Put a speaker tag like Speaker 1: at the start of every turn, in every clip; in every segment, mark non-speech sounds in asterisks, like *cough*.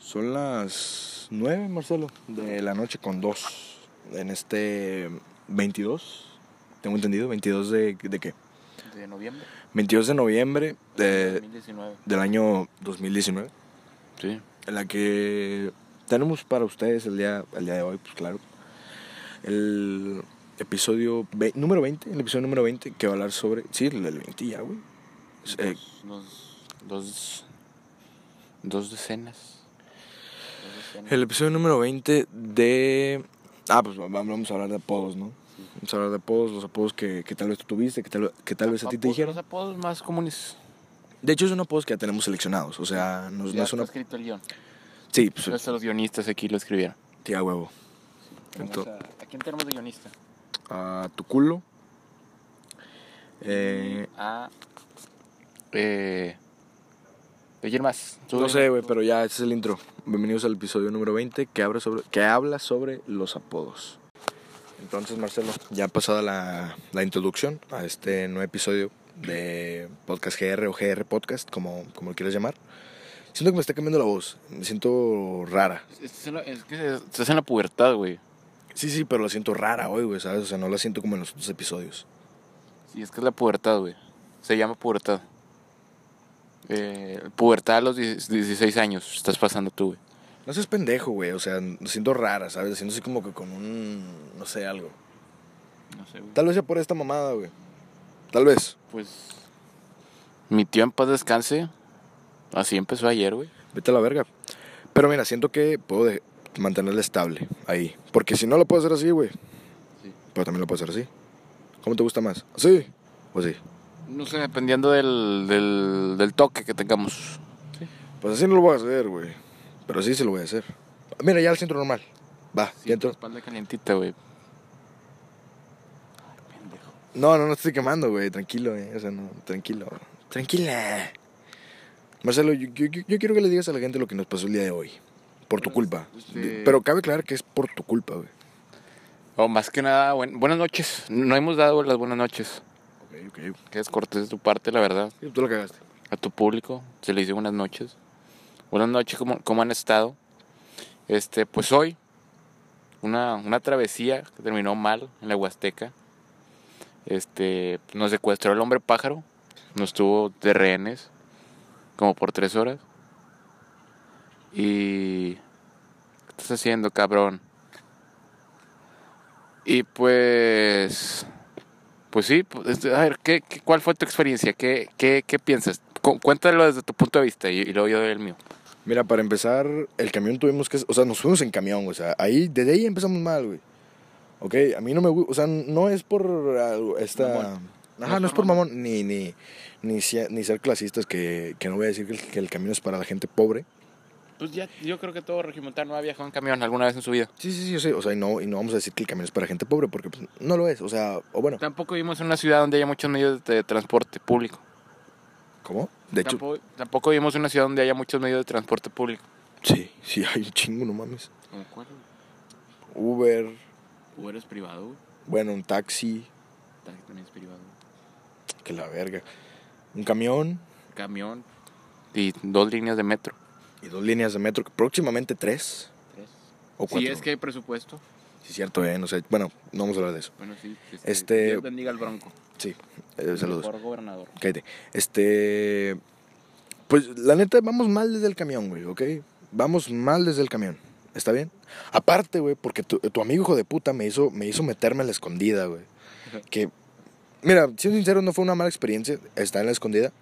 Speaker 1: Son las 9, Marcelo, de la noche con 2. En este 22, tengo entendido, 22 de, de qué?
Speaker 2: de noviembre
Speaker 1: 22 de noviembre
Speaker 2: de
Speaker 1: de-
Speaker 2: 2019.
Speaker 1: del año 2019,
Speaker 2: Sí.
Speaker 1: en la que tenemos para ustedes el día, el día de hoy, pues claro, el episodio ve- número 20, el episodio número 20 que va a hablar sobre... Sí, el del 20 ya, güey. Es, eh,
Speaker 2: Dos, dos, dos, dos decenas. Dos decenas.
Speaker 1: El episodio número 20 de... Ah, pues va- vamos a hablar de apodos, ¿no?
Speaker 2: Sí.
Speaker 1: Vamos a hablar de apodos, los apodos que, que tal vez tú tuviste, que tal, que tal vez pues, a ti te
Speaker 2: Apodos-
Speaker 1: dijeron.
Speaker 2: pues, Los apodos más comunes.
Speaker 1: De hecho, son apodos que ya tenemos seleccionados. O sea, Pues, no, no
Speaker 2: Ya
Speaker 1: es
Speaker 2: está
Speaker 1: una...
Speaker 2: escrito el guión.
Speaker 1: Sí, pues,
Speaker 2: Entonces, los guionistas aquí lo escribieron.
Speaker 1: tía huevo.
Speaker 2: Tenemos
Speaker 1: Ento-
Speaker 2: a, ¿a quién tenemos de guionista?
Speaker 1: A tu culo. Eh,
Speaker 2: A. Eh. Oye, más. Tú
Speaker 1: no
Speaker 2: dime.
Speaker 1: sé, güey, pero ya, este es el intro. Bienvenidos al episodio número 20 que, abre sobre, que habla sobre los apodos. Entonces, Marcelo, ya pasada la, la introducción a este nuevo episodio de Podcast GR o GR Podcast, como, como lo quieras llamar, siento que me está cambiando la voz. Me siento rara.
Speaker 2: Estás en la- es que se- estás en la pubertad, güey.
Speaker 1: Sí, sí, pero la siento rara hoy, güey, ¿sabes? O sea, no la siento como en los otros episodios.
Speaker 2: Sí, es que es la pubertad, güey. Se llama pubertad. Eh, pubertad a los 10 16 años. Estás pasando tú, güey.
Speaker 1: No seas pendejo, güey. O sea, lo siento rara, ¿sabes? Lo siento así como que con un. No sé, algo.
Speaker 2: No sé, güey.
Speaker 1: Tal vez sea por esta mamada, güey. Tal vez.
Speaker 2: Pues. Mi tío en paz descanse. Así empezó ayer, güey.
Speaker 1: Vete a la verga. Pero mira, siento que puedo de- mantenerla estable ahí. Porque si no lo puedo hacer así, güey.
Speaker 2: Sí.
Speaker 1: Pero también lo puedo hacer así. ¿Cómo te gusta más? ¿Así? ¿O así?
Speaker 2: No sé, dependiendo del, del, del toque que tengamos.
Speaker 1: Pues así no lo voy a hacer, güey. Pero así sí lo voy a hacer. Mira, ya al centro normal. Va,
Speaker 2: Sí,
Speaker 1: ya
Speaker 2: la
Speaker 1: entro.
Speaker 2: espalda calientita, güey. Ay, pendejo.
Speaker 1: No, no, no te estoy quemando, güey. Tranquilo, eh. O sea, no, tranquilo. Tranquila. Marcelo, yo, yo- yo- yo quiero que le digas a la gente lo que nos pasó el día de hoy. Por tu
Speaker 2: Pues,
Speaker 1: culpa.
Speaker 2: este-
Speaker 1: Pero cabe aclarar que es por tu culpa, güey.
Speaker 2: O más que nada, buen- buenas noches. No hemos dado las buenas noches.
Speaker 1: Ok, ok.
Speaker 2: Que es cortés de tu parte, la verdad.
Speaker 1: Tú la cagaste.
Speaker 2: A tu público se le dice buenas noches. Buenas noches, ¿cómo, cómo han estado? Este, pues hoy, una, una travesía que terminó mal en la Huasteca. Este, nos secuestró el hombre pájaro. Nos tuvo de rehenes como por tres horas. Y... ¿Qué estás haciendo, cabrón? Y pues... Pues sí, pues, este, a ver, ¿qué, qué- cuál fue tu experiencia? ¿Qué, qué, qué piensas? Cu- cuéntalo desde tu punto de vista y, y luego yo doy el mío.
Speaker 1: Mira, para empezar, el camión tuvimos que... O sea, nos fuimos en camión, güey. O sea, ahí, desde ahí empezamos mal, güey. Ok, a mí no me gusta... O sea, no es por ah, esta...
Speaker 2: Mamón.
Speaker 1: Ajá, no es por mamón, ni, ni, ni, sea- ni ser clasistas, que, que no voy a decir que el- que el camión es para la gente pobre.
Speaker 2: Pues ya, yo creo que todo regimental ha viajado en camión alguna vez en su vida.
Speaker 1: Sí, sí, sí, yo sé. O sea, y no, y no vamos a decir que el camión es para gente pobre, porque pues, no lo es. O sea, o bueno,
Speaker 2: Tampoco vivimos en una ciudad donde haya muchos medios de transporte público.
Speaker 1: ¿cómo? De hecho,
Speaker 2: tampoco, tampoco vivimos en una ciudad donde haya muchos medios de transporte público.
Speaker 1: sí, sí, *laughs* hay un chingo, no mames. Uber,
Speaker 2: Uber es privado, güey.
Speaker 1: bueno, un taxi,
Speaker 2: también es privado.
Speaker 1: que la verga. Un camión
Speaker 2: Camión. Y dos líneas de metro.
Speaker 1: y dos líneas de metro, que próximamente tres
Speaker 2: Tres.
Speaker 1: o cuatro.
Speaker 2: es que hay presupuesto.
Speaker 1: Sí, cierto, eh, no sé. Bueno, no vamos a hablar de eso.
Speaker 2: Bueno, sí.
Speaker 1: Este-
Speaker 2: Dios bendiga al bronco.
Speaker 1: Sí, eh, saludos.
Speaker 2: Mejor gobernador.
Speaker 1: Cállate. Este. Pues la neta, vamos mal desde el camión, güey, ¿ok? Vamos mal desde el camión. ¿Está bien? Aparte, güey, porque tu, tu amigo hijo de puta me hizo, me hizo meterme a la escondida, güey. Que, mira, siendo sincero, no fue una mala experiencia estar en la escondida.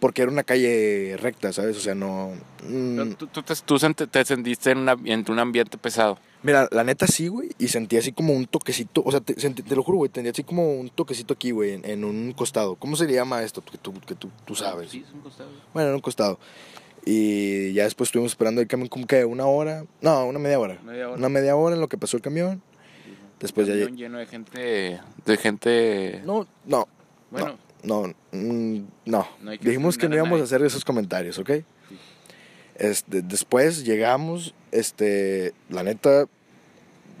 Speaker 1: Porque era una calle recta, ¿sabes? O sea, no. mm,
Speaker 2: Pero Tú, tú te, tú sent- te sentiste en, una- en un ambiente pesado.
Speaker 1: Mira, la neta sí, güey. Y sentí así como un toquecito. O sea, te, sentí- te lo juro, güey. Tenía así como un toquecito aquí, güey, en, en un costado. ¿Cómo se llama esto? Que tú, que tú, tú sabes.
Speaker 2: Sí, es un costado.
Speaker 1: Bueno, en un costado. Y ya después estuvimos esperando el camión como que una hora. No, una media hora.
Speaker 2: Media hora.
Speaker 1: Una media hora en lo que pasó el camión. Después ya...
Speaker 2: Camión lleno de gente. De gente.
Speaker 1: No, no,
Speaker 2: bueno,
Speaker 1: no, mm, no.
Speaker 2: No hay que
Speaker 1: Dijimos que no
Speaker 2: discriminar a
Speaker 1: íbamos a
Speaker 2: nadie.
Speaker 1: hacer esos comentarios, ¿ok?
Speaker 2: Sí.
Speaker 1: Este, después llegamos, este, la neta,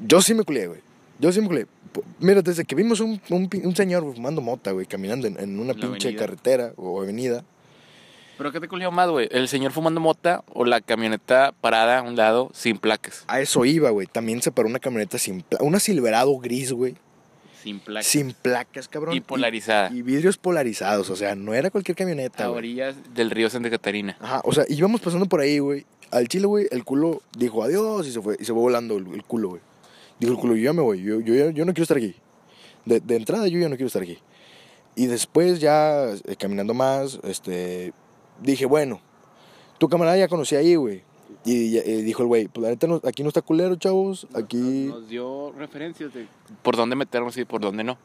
Speaker 1: yo sí me culé, güey. Yo sí me culé. P- Mira, desde que vimos un, un, pi- un señor güey, fumando mota, güey, caminando en, en una
Speaker 2: La
Speaker 1: pinche
Speaker 2: avenida.
Speaker 1: carretera o avenida,
Speaker 2: ¿Pero qué te culió más, güey? ¿El señor fumando mota o la camioneta parada a un lado sin placas?
Speaker 1: A eso iba, güey. También se paró una camioneta sin placas. Una Silverado gris, güey.
Speaker 2: Sin placas.
Speaker 1: Sin placas, cabrón.
Speaker 2: Y polarizada. Ah,
Speaker 1: Y, y vidrios polarizados. O sea, no era cualquier camioneta,
Speaker 2: a
Speaker 1: güey.
Speaker 2: orillas del río Santa Catarina.
Speaker 1: Ajá, o sea, íbamos pasando por ahí, güey. Al chile, güey, el culo dijo adiós y se fue, y se fue volando el, el culo, güey. Dijo el culo, yo ya me voy, yo, yo, ya- yo no quiero estar aquí. De, de entrada, yo ya no quiero estar aquí. Y después, ya eh, caminando más, este, dije, bueno, tu camarada ya conocí ahí, güey. Y, ya- eh, dijo el güey, pues la neta, no- aquí no está culero, chavos, aquí.
Speaker 2: Nos dio referencias de por dónde meternos y por dónde no.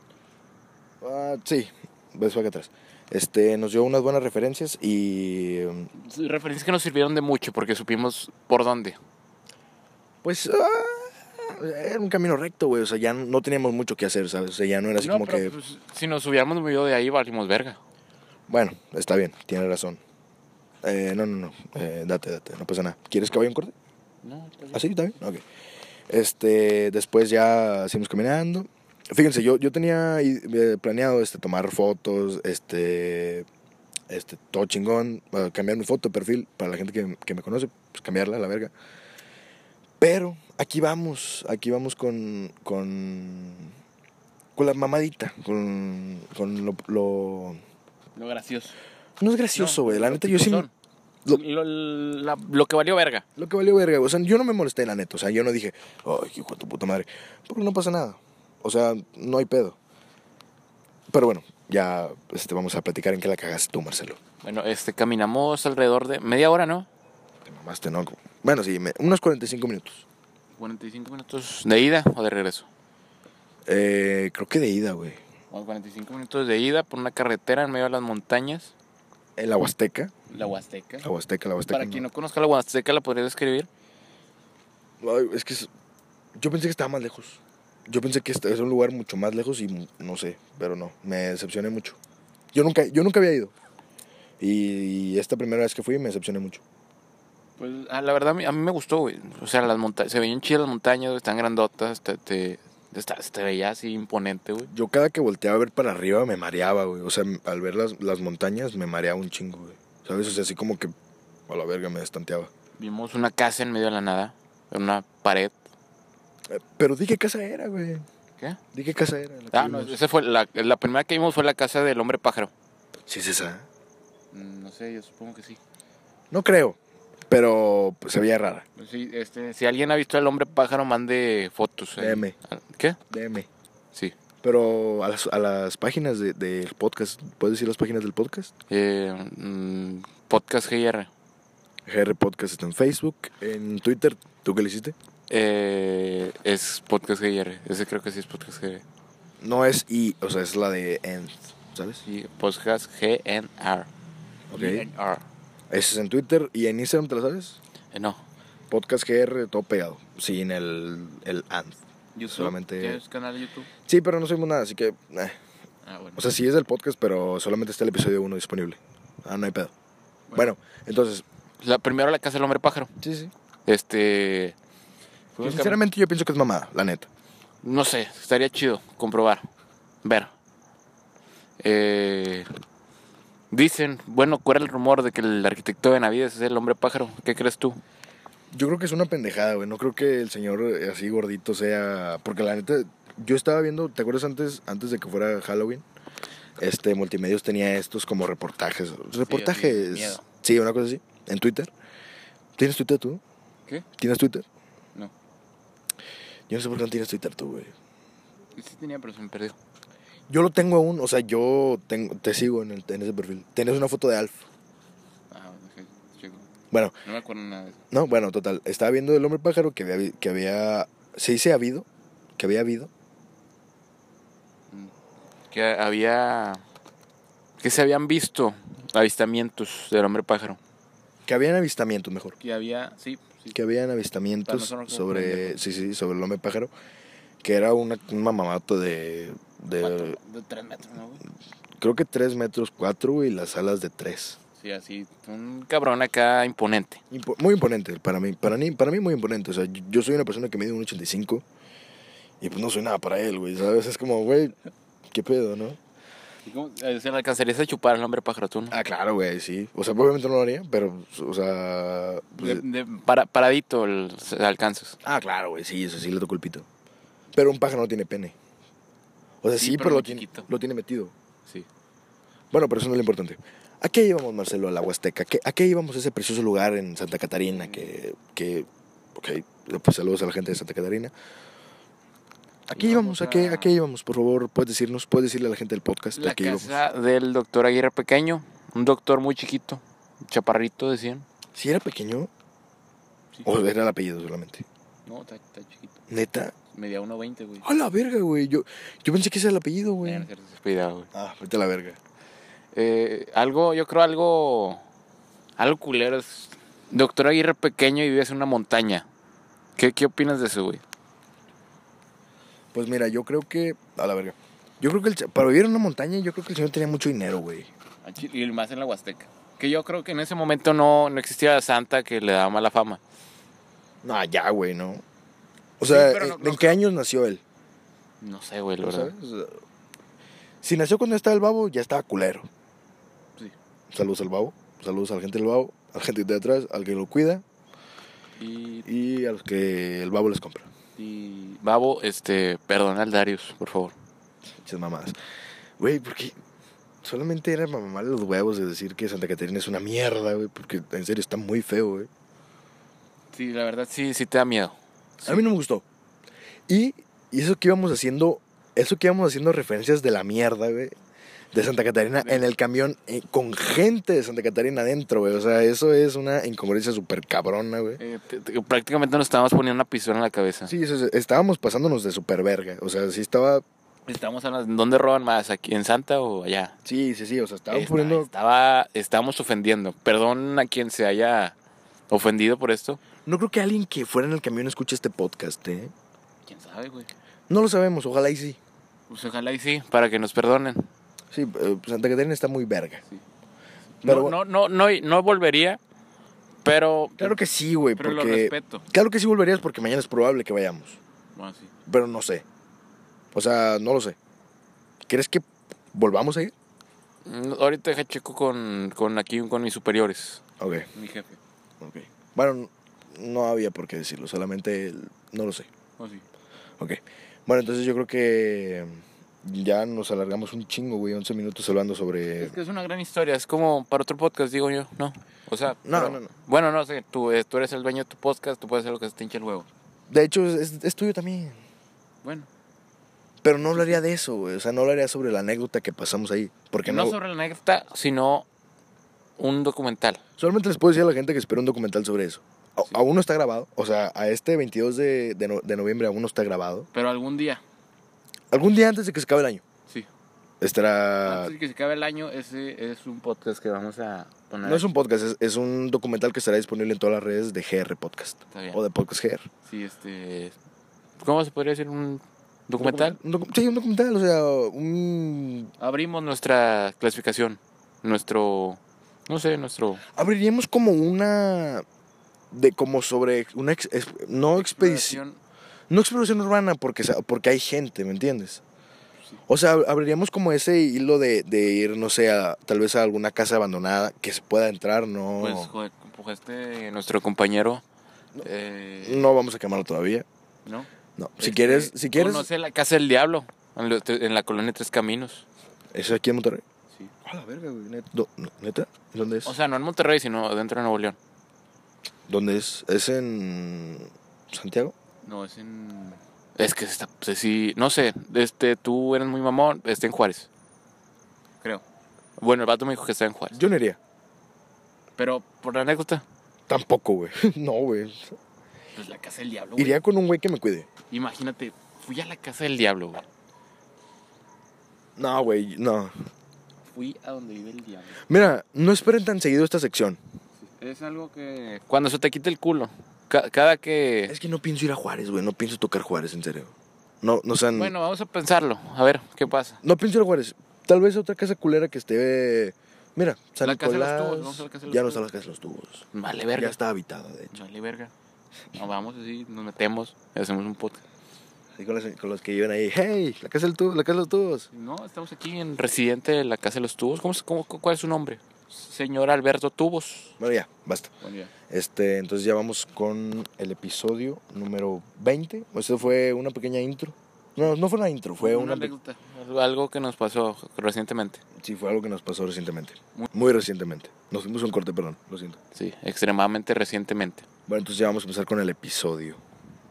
Speaker 1: Ah, sí, ves para acá atrás. Este, nos dio unas buenas referencias y. mm,
Speaker 2: Referencias que nos sirvieron de mucho porque supimos por dónde.
Speaker 1: Pues ah, era un camino recto, güey. O sea, ya no teníamos mucho que hacer, ¿sabes? O sea, ya no era así
Speaker 2: No,
Speaker 1: como
Speaker 2: pero,
Speaker 1: que.
Speaker 2: pues, si nos hubiéramos movido de ahí, valimos verga.
Speaker 1: Bueno, está bien, tiene razón. Eh, no, no, no. eh, date, date, no pasa nada. ¿Quieres que vaya un corte?
Speaker 2: No,
Speaker 1: ¿Así? ¿Está bien? Ok. Este, después ya seguimos caminando. Fíjense, yo, yo tenía i- eh, planeado este, tomar fotos, este, este, todo chingón, eh, cambiar mi foto de perfil para la gente que, que me conoce, pues cambiarla a la verga. Pero aquí vamos, aquí vamos con, con, con la mamadita, con, con lo, lo-
Speaker 2: Lo gracioso.
Speaker 1: No es gracioso, güey, la neta yo sí...
Speaker 2: Putón.
Speaker 1: lo-
Speaker 2: Lo, la- lo que valió verga.
Speaker 1: Lo que valió verga, güey. o sea, yo no me molesté, la neta. O sea, yo no dije, ay, hijo de tu puta madre. Porque no pasa nada. O sea, no hay pedo. Pero bueno, ya este, vamos a platicar en qué la cagaste tú, Marcelo.
Speaker 2: Bueno, este, caminamos alrededor de media hora, ¿no?
Speaker 1: Te mamaste, ¿no? Bueno, sí, me- unos 45 minutos.
Speaker 2: 45 minutos de ida o de regreso.
Speaker 1: Eh, creo que de ida, güey.
Speaker 2: Bueno, 45 minutos de ida por una carretera en medio de las montañas.
Speaker 1: En la Huasteca.
Speaker 2: La Huasteca.
Speaker 1: La Huasteca, la Huasteca.
Speaker 2: Para quien no conozca la Huasteca, la podría describir.
Speaker 1: Ay, es que es- yo pensé que estaba más lejos. Yo pensé que este es un lugar mucho más lejos y mu- no sé, pero no, me decepcioné mucho. Yo nunca, yo nunca había ido. Y, y esta primera vez que fui me decepcioné mucho.
Speaker 2: Pues ah, la verdad a mí, a mí me gustó, güey. O sea, las monta se veían chidas las montañas, güey, están grandotas, te, te, está- se te veía así imponente, güey.
Speaker 1: Yo cada que volteaba a ver para arriba me mareaba, güey. O sea, m- al ver las, las montañas me mareaba un chingo, güey. ¿Sabes? O sea, así como que a la verga me estanteaba.
Speaker 2: Vimos una casa en medio de la nada, en una pared.
Speaker 1: Eh, Pero di qué casa era, güey.
Speaker 2: ¿Qué?
Speaker 1: Di qué casa era. la que
Speaker 2: Ah, no,
Speaker 1: vimos.
Speaker 2: esa fue la, la primera que vimos fue la casa del hombre pájaro.
Speaker 1: Sí es esa.
Speaker 2: Mm, No sé, yo supongo que sí.
Speaker 1: No creo, pero pues, se veía rara.
Speaker 2: Sí, este, si alguien ha visto al hombre pájaro, mande fotos. ahí. Ah,
Speaker 1: DM,
Speaker 2: ¿Qué?
Speaker 1: DM.
Speaker 2: Sí.
Speaker 1: Pero a las, a las páginas de- del podcast, ¿puedes decir las páginas del podcast?
Speaker 2: Eh, mm, podcast GR.
Speaker 1: GR Podcast está en Facebook, en Twitter, ¿tú qué le hiciste?
Speaker 2: Eh, es Podcast GR. Ese creo que sí es Podcast GR.
Speaker 1: No es I, o sea, es la de End, ¿sabes?
Speaker 2: Sí, Podcast GNR.
Speaker 1: Ok.
Speaker 2: GNR.
Speaker 1: Ese es en Twitter y en Instagram, ¿te la sabes?
Speaker 2: Eh, no.
Speaker 1: Podcast GR, todo pegado, sin el, el and.
Speaker 2: YouTube.
Speaker 1: Solamente-
Speaker 2: ¿Tienes canal de YouTube?
Speaker 1: Sí, pero no subimos nada, así que... eh.
Speaker 2: Ah, bueno.
Speaker 1: O sea, sí es del podcast, pero solamente está el episodio 1 disponible. Ah, no hay pedo. Bueno, entonces...
Speaker 2: La, primero la casa del hombre pájaro.
Speaker 1: Sí, Pues sí.
Speaker 2: Este. fuimos
Speaker 1: Sinceramente yo pienso que es mamada, la neta.
Speaker 2: cami- No sé, estaría chido comprobar. Ver. Eh, dicen, bueno, ¿cuál era el rumor de que el arquitecto de Navides es el hombre pájaro? ¿Qué crees tú?
Speaker 1: Yo creo que es una pendejada, güey. No creo que el señor eh, así gordito sea. Porque la neta, yo estaba viendo, ¿te acuerdas antes, antes de que fuera Halloween? Este, Multimedios tenía estos como reportajes.
Speaker 2: así de
Speaker 1: Reportajes.
Speaker 2: miedo.
Speaker 1: sí, una cosa así. En Twitter. ¿Tienes Twitter tú?
Speaker 2: ¿Qué?
Speaker 1: ¿Tienes Twitter?
Speaker 2: No.
Speaker 1: Yo no sé por qué no tienes Twitter tú, güey.
Speaker 2: Sí tenía, pero se me perdió.
Speaker 1: Yo lo tengo aún, o sea, yo tengo, te sigo en, el- en ese perfil. Tienes una foto de Alf.
Speaker 2: Ah, ok, chico.
Speaker 1: Bueno,
Speaker 2: No me acuerdo nada de eso.
Speaker 1: No, bueno, total. Estaba viendo el hombre pájaro que había. Que había se dice habido. Que había habido.
Speaker 2: Que había. Que se habían visto avistamientos del hombre pájaro.
Speaker 1: Que habían avistamientos, mejor.
Speaker 2: Que había. Sí, sí.
Speaker 1: Que habían avistamientos
Speaker 2: Para nosotros como
Speaker 1: sobre.
Speaker 2: pendejo.
Speaker 1: Sí, sí, sobre el hombre pájaro. Que era una, un mamamato de. de
Speaker 2: de tres metros, ¿no, güey?
Speaker 1: creo que 3 metros 4 y las alas de 3.
Speaker 2: Sí, así. Un cabrón acá imponente.
Speaker 1: muy imponente para mí. Para mí, para mí muy imponente. O sea, yo- yo soy una persona que mide un 85. Y pues no soy nada para él, güey. ¿Sabes? Es como, güey, qué pedo, ¿no?
Speaker 2: ¿Y cómo- eh, ¿Se le alcanzarías a chupar al hombre pájaro tú, no?
Speaker 1: Ah, claro, güey, sí. O sea, obviamente no lo haría, pero, o sea... pues,
Speaker 2: De- de- para- paradito el- se- alcanzas.
Speaker 1: Ah, claro, güey, sí, eso sí le tocó el pito. Pero un pájaro no tiene pene. O sea, sí,
Speaker 2: Sí,
Speaker 1: pero,
Speaker 2: pero
Speaker 1: lo
Speaker 2: muy
Speaker 1: tiene,
Speaker 2: chiquito.
Speaker 1: lo tiene metido.
Speaker 2: Sí.
Speaker 1: Bueno, pero eso no es lo importante. ¿A qué íbamos, Marcelo, a la Huasteca? ¿Qué- ¿A qué íbamos a ese precioso lugar en Santa Catarina? Que, que ok, pues saludos a la gente de Santa Catarina. ¿A qué íbamos?
Speaker 2: Íbamos
Speaker 1: ¿A qué,
Speaker 2: a-
Speaker 1: ¿A qué íbamos? Por favor, puedes decirnos, puedes decirle a la gente del podcast
Speaker 2: La
Speaker 1: a qué íbamos.
Speaker 2: casa del doctor Aguirre Pequeño. Un doctor muy chiquito. Chaparrito, decían.
Speaker 1: ¿Si era pequeño o era el apellido solamente?
Speaker 2: No, está, está chiquito.
Speaker 1: ¿Neta?
Speaker 2: Media 1.20, güey.
Speaker 1: A la verga, güey. Yo, yo pensé que ese era el apellido, güey.
Speaker 2: Cuidado, güey.
Speaker 1: Ah, vete a la verga.
Speaker 2: Eh, algo, yo creo algo. Algo culero es. Doctor Aguirre pequeño y vives en una montaña. ¿Qué, qué opinas de eso, güey?
Speaker 1: Pues mira, yo creo que. A la verga. Yo creo que el, cha- para vivir en una montaña, yo creo que el señor tenía mucho dinero, güey.
Speaker 2: Ah, Y más en la Huasteca. Que yo creo que en ese momento no, no existía Santa que le daba mala fama.
Speaker 1: No, ya, güey, no. O
Speaker 2: Sí,
Speaker 1: sea,
Speaker 2: pero
Speaker 1: ¿en,
Speaker 2: no- no
Speaker 1: en qué años nació él?
Speaker 2: No sé, güey, la
Speaker 1: ¿No
Speaker 2: verdad.
Speaker 1: sabes? O sea, Si nació cuando estaba el babo, ya estaba culero.
Speaker 2: Sí.
Speaker 1: Saludos al babo. Saludos a la gente del babo, a la gente de atrás, al que lo cuida
Speaker 2: Y,
Speaker 1: y a los que el babo les compra.
Speaker 2: y- Babo, este, perdona al Darius, por favor.
Speaker 1: Muchas mamadas. Güey, porque solamente era para mamar los huevos de decir que Santa Catarina es una mierda, güey, porque en serio está muy feo, güey.
Speaker 2: Sí, la verdad sí, sí te da miedo.
Speaker 1: A mí no me gustó. Y, y eso que íbamos haciendo, eso que íbamos haciendo referencias de la mierda, güey. De Santa Catarina en el camión eh, con gente de Santa Catarina adentro, güey. O sea, eso es una incongruencia súper cabrona, güey.
Speaker 2: Eh, te- te- prácticamente nos estábamos poniendo una pistola en la cabeza.
Speaker 1: Sí, eso es- estábamos pasándonos de súper verga. O sea, sí estaba.
Speaker 2: Estamos hablando, ¿dónde roban más? ¿Aquí en Santa o allá?
Speaker 1: Sí, sí, sí. O sea, estábamos
Speaker 2: Esta-
Speaker 1: poniendo.
Speaker 2: Estaba, estábamos ofendiendo. Perdón a quien se haya ofendido por esto.
Speaker 1: No creo que alguien que fuera en el camión escuche este podcast, ¿eh?
Speaker 2: ¿Quién sabe, güey?
Speaker 1: No lo sabemos, ojalá y sí.
Speaker 2: Pues ojalá y sí, para que nos perdonen.
Speaker 1: Sí, eh, Santa Catarina está muy verga.
Speaker 2: Sí.
Speaker 1: Pero
Speaker 2: no,
Speaker 1: bueno.
Speaker 2: no, no, no, no volvería, pero,
Speaker 1: Claro que sí, güey,
Speaker 2: pero lo
Speaker 1: porque.
Speaker 2: respeto.
Speaker 1: Claro que sí volverías porque mañana es probable que vayamos.
Speaker 2: Bueno, sí.
Speaker 1: Pero no sé. O sea, no lo sé. ¿Crees que volvamos a ir?
Speaker 2: Mm, Ahorita deja checo con, con aquí, con mis superiores,
Speaker 1: Ok,
Speaker 2: mi jefe.
Speaker 1: ok. Bueno, no había por qué decirlo, solamente el- no lo sé.
Speaker 2: Bueno, oh, sí.
Speaker 1: Ok. Bueno, entonces yo creo que mm, ya nos alargamos un chingo, güey, 11 minutos hablando sobre...
Speaker 2: Es que es una gran historia, es como para otro podcast, digo yo, ¿no? O sea,
Speaker 1: No,
Speaker 2: pero-
Speaker 1: no, no.
Speaker 2: Bueno, no sé, tú, eh, tú eres el dueño de tu podcast, tú puedes hacer lo que se te hinche el huevo.
Speaker 1: De hecho, es, es- es tuyo también.
Speaker 2: Bueno,
Speaker 1: Pero no hablaría de eso, güey. O sea, no hablaría sobre la anécdota que pasamos ahí. Porque no...
Speaker 2: no sobre la anécdota, sino un documental.
Speaker 1: Solamente les puedo decir a la gente que espera un documental sobre eso. A- Aún no está grabado. O sea, a este 22 de, de no- de noviembre aún no está grabado.
Speaker 2: Pero algún día,
Speaker 1: Algún día antes de que se acabe el año.
Speaker 2: sí.
Speaker 1: Estará.
Speaker 2: Antes de que se acabe el año, ese es un podcast que vamos a poner.
Speaker 1: No es un podcast, es, es un documental que estará disponible en todas las redes de GR Podcast.
Speaker 2: Está bien.
Speaker 1: O de Podcast GR.
Speaker 2: Sí, este. ¿Cómo se podría decir? ¿Un documental?
Speaker 1: Un docu- sí, un documental, o sea, un...
Speaker 2: Abrimos nuestra clasificación. Nuestro. No sé, nuestro.
Speaker 1: Abriríamos como una... De como sobre una... ex- es- no expedición... No exploración urbana porque, sa- porque hay gente, ¿me entiendes?
Speaker 2: Sí.
Speaker 1: O sea, abriríamos como ese hilo de, de ir, no sé, a- tal vez a alguna casa abandonada que se pueda entrar, no...
Speaker 2: Pues, joder, pues este, nuestro compañero. eh,
Speaker 1: no vamos a quemarlo todavía.
Speaker 2: ¿no?
Speaker 1: No, si
Speaker 2: Este,
Speaker 1: quieres, si quieres...
Speaker 2: Conoce la Casa del Diablo. En, lo- en la colonia Tres Caminos.
Speaker 1: ¿Eso aquí en Monterrey?
Speaker 2: Sí.
Speaker 1: A la verga, güey. net- do- no, ¿Neta? ¿Dónde es?
Speaker 2: O sea, no en Monterrey, sino dentro de Nuevo León.
Speaker 1: ¿Dónde es? ¿Es en Santiago?
Speaker 2: No, es en. Es que está. pues, sí, no sé, este, tú eres muy mamón, está en Juárez. Creo. Bueno, el vato me dijo que está en Juárez.
Speaker 1: Yo no iría.
Speaker 2: Pero por la anécdota.
Speaker 1: Tampoco, güey. *laughs* No, güey.
Speaker 2: Pues la casa del diablo, güey.
Speaker 1: Iría con un güey que me cuide.
Speaker 2: Imagínate, fui a la casa del diablo, güey.
Speaker 1: No, güey, no.
Speaker 2: Fui a donde vive el diablo.
Speaker 1: Mira, no esperen tan seguido esta sección.
Speaker 2: Es algo que. Cuando se te quita el culo. ca- cada que.
Speaker 1: Es que no pienso ir a Juárez, güey. No pienso tocar Juárez, en serio. No, no sean...
Speaker 2: Bueno, vamos a pensarlo. A ver, ¿qué pasa?
Speaker 1: No pienso ir a Juárez. Tal vez otra casa culera que esté... Mira, San
Speaker 2: La casa de los
Speaker 1: Nicolás.
Speaker 2: tubos, vamos a la casa de los
Speaker 1: ya no
Speaker 2: tubos.
Speaker 1: está la casa de los tubos.
Speaker 2: Vale, verga.
Speaker 1: Ya está habitada, de hecho.
Speaker 2: Vale, verga. Nos vamos así, nos metemos, hacemos un podcast.
Speaker 1: Así con los, con los que viven ahí. ¡Hey! La casa, del tubo, la casa de los tubos.
Speaker 2: No, estamos aquí en residente de la Casa de los Tubos. ¿Cómo, se- cómo- cu- ¿Cuál es su nombre? Señor Alberto Tubos.
Speaker 1: Bueno, ya, basta. Este, entonces ya vamos con el episodio número 20. Esto fue una pequeña intro. No, no fue una intro, fue una, pe-
Speaker 2: anécdota. Algo que nos pasó recientemente.
Speaker 1: Sí, fue algo que nos pasó recientemente.
Speaker 2: Muy-
Speaker 1: Muy recientemente. Nos fuimos a un corte, perdón, lo siento.
Speaker 2: Sí, extremadamente recientemente.
Speaker 1: Bueno, entonces ya vamos a empezar con el episodio.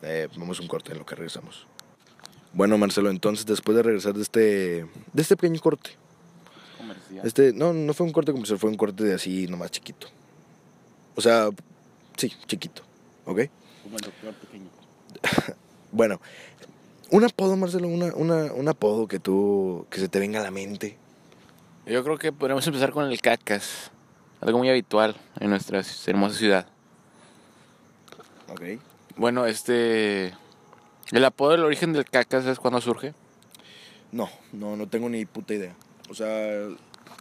Speaker 1: Eh, vamos a un corte en lo que regresamos. Bueno, Marcelo, entonces después de regresar de este, de este pequeño corte,
Speaker 2: Comercial.
Speaker 1: este, no, no fue un corte comercial, fue un corte de así nomás chiquito. O sea, sí, chiquito, ¿ok?
Speaker 2: Como el doctor pequeño.
Speaker 1: *laughs* Bueno, un apodo, Marcelo, una, una, un apodo que tú, que se te venga a la mente.
Speaker 2: Yo creo que podemos empezar con el cacas. Algo muy habitual en nuestra hermosa ciudad.
Speaker 1: Ok.
Speaker 2: Bueno, este. El apodo del origen del cacas es cuando surge.
Speaker 1: No, no, no tengo ni puta idea. O sea,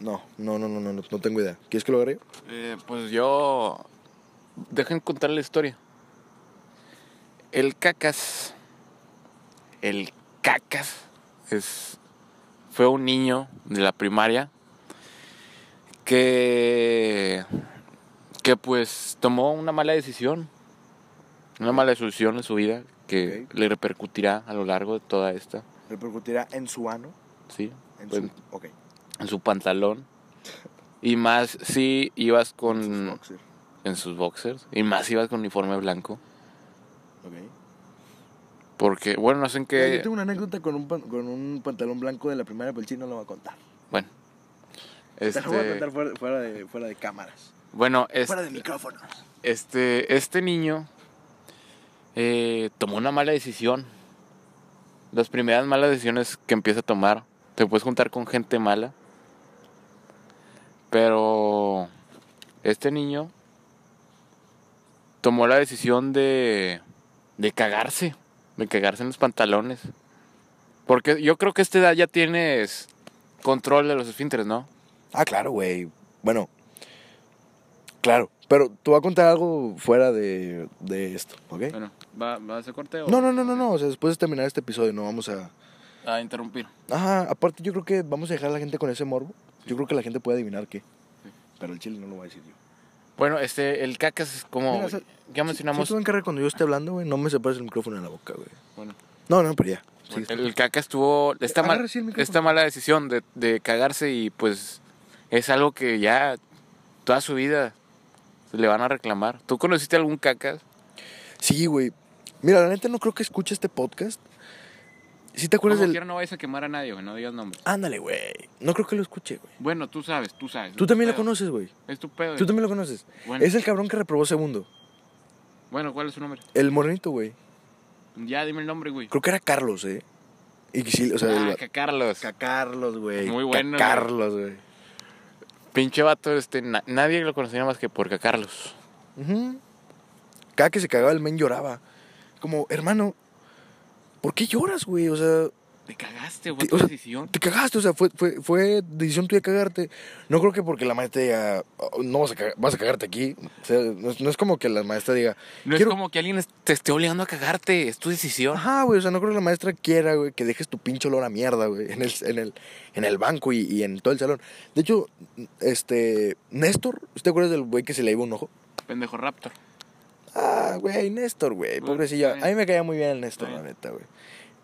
Speaker 1: no, no, no, no, no, no tengo idea. ¿Quieres que lo agregue?
Speaker 2: Eh, pues yo. Dejen contar la historia. El cacas. El cacas. Es, fue un niño de la primaria que. que pues tomó una mala decisión. Una mala decisión en su vida que
Speaker 1: Ok.
Speaker 2: le repercutirá a lo largo de toda esta.
Speaker 1: Repercutirá en su ano.
Speaker 2: ¿sí?
Speaker 1: En
Speaker 2: Pues,
Speaker 1: su, ok.
Speaker 2: en su pantalón. Y más si ibas
Speaker 1: Sus
Speaker 2: con.
Speaker 1: boxer.
Speaker 2: en sus boxers. Y más si ibas con uniforme blanco.
Speaker 1: Ok.
Speaker 2: Porque, bueno, no sé en
Speaker 1: Mira, Yo
Speaker 2: qué.
Speaker 1: tengo una anécdota con un, pan- con un pantalón blanco de la primera, pero el chino lo va a contar.
Speaker 2: Bueno.
Speaker 1: Te lo voy a contar
Speaker 2: Este,
Speaker 1: fuera, fuera de, fuera de cámaras.
Speaker 2: bueno,
Speaker 1: Fuera de
Speaker 2: este,
Speaker 1: micrófonos.
Speaker 2: este, este niño eh, tomó una mala decisión. Las primeras malas decisiones que empieza a tomar. Te puedes juntar con gente mala. Pero este niño tomó la decisión de, de cagarse, de cagarse en los pantalones. Porque yo creo que a esta edad ya tienes control de los esfínteres, ¿no?
Speaker 1: Ah, claro, güey. Bueno, claro. Pero tú vas a contar algo fuera de, de esto, ¿ok?
Speaker 2: Bueno, ¿va, va a hacer corte o...?
Speaker 1: No, no, no, no, no. O sea, después de terminar este episodio, no vamos a.
Speaker 2: A interrumpir.
Speaker 1: Ajá, aparte, yo creo que vamos a dejar a la gente con ese morbo. Yo creo que la gente puede adivinar qué. Pero el chile no lo va a decir yo.
Speaker 2: Bueno, este, el cacas es como...
Speaker 1: Mira, o sea,
Speaker 2: ya
Speaker 1: Si
Speaker 2: mencionamos...
Speaker 1: tú encargas cuando yo esté hablando, güey, no me separes el micrófono de la boca, güey.
Speaker 2: bueno,
Speaker 1: No, no, pero ya. Sí,
Speaker 2: bueno, el cacas tuvo esta, mal-
Speaker 1: Agarra así el micrófono.
Speaker 2: esta mala decisión de, de cagarse y pues es algo que ya toda su vida le van a reclamar. ¿Tú conociste algún cacas?
Speaker 1: Sí, güey. Mira, la neta no creo que escuche este podcast. Si te acuerdas
Speaker 2: Como
Speaker 1: del.
Speaker 2: quiera, no vayas a quemar a nadie, güey, no digas nombres.
Speaker 1: Ándale, güey. No creo que lo escuche, güey.
Speaker 2: Bueno, tú sabes, tú sabes. es
Speaker 1: Tú
Speaker 2: tu
Speaker 1: también lo
Speaker 2: pedo,
Speaker 1: conoces, güey.
Speaker 2: Es tu pedo.
Speaker 1: Tú también lo conoces.
Speaker 2: Bueno.
Speaker 1: Es el cabrón que reprobó segundo.
Speaker 2: Bueno, ¿cuál es su nombre?
Speaker 1: El morenito, güey.
Speaker 2: Ya dime el nombre, güey.
Speaker 1: Creo que era Carlos, ¿eh? Y que sí, o sea,
Speaker 2: Ah,
Speaker 1: el...
Speaker 2: que Carlos.
Speaker 1: Ca- Carlos, güey.
Speaker 2: Muy
Speaker 1: Ca-
Speaker 2: bueno,
Speaker 1: Carlos, güey.
Speaker 2: Pinche vato, este, na- nadie lo conocía más que porque Carlos.
Speaker 1: Ujú. Cada que se cagaba el men lloraba. Como, hermano, ¿por qué lloras, güey? O sea,
Speaker 2: Te cagaste,
Speaker 1: fue
Speaker 2: güey,
Speaker 1: tu
Speaker 2: tu decisión.
Speaker 1: te cagaste, o sea, fue, fue, fue decisión tuya cagarte. No creo que porque la maestra diga, "Oh, no vas a, cagar- vas a cagarte aquí. O sea, no, es- no es como que la maestra diga,
Speaker 2: No
Speaker 1: Quiero-
Speaker 2: es como que alguien es- te esté obligando a cagarte, es tu decisión.
Speaker 1: ajá, güey, o sea, no creo que la maestra quiera, güey, que dejes tu pinche olor a mierda, güey, en el, en el, en el banco y, y en todo el salón. De hecho, este, Néstor, ¿usted acuerdas del güey que se le iba un ojo?
Speaker 2: Pendejo Raptor.
Speaker 1: Ah, güey, Néstor, güey,
Speaker 2: Bueno,
Speaker 1: pobrecillo.
Speaker 2: está
Speaker 1: A mí me caía muy bien el Néstor,
Speaker 2: Está
Speaker 1: la
Speaker 2: bien.
Speaker 1: neta, güey.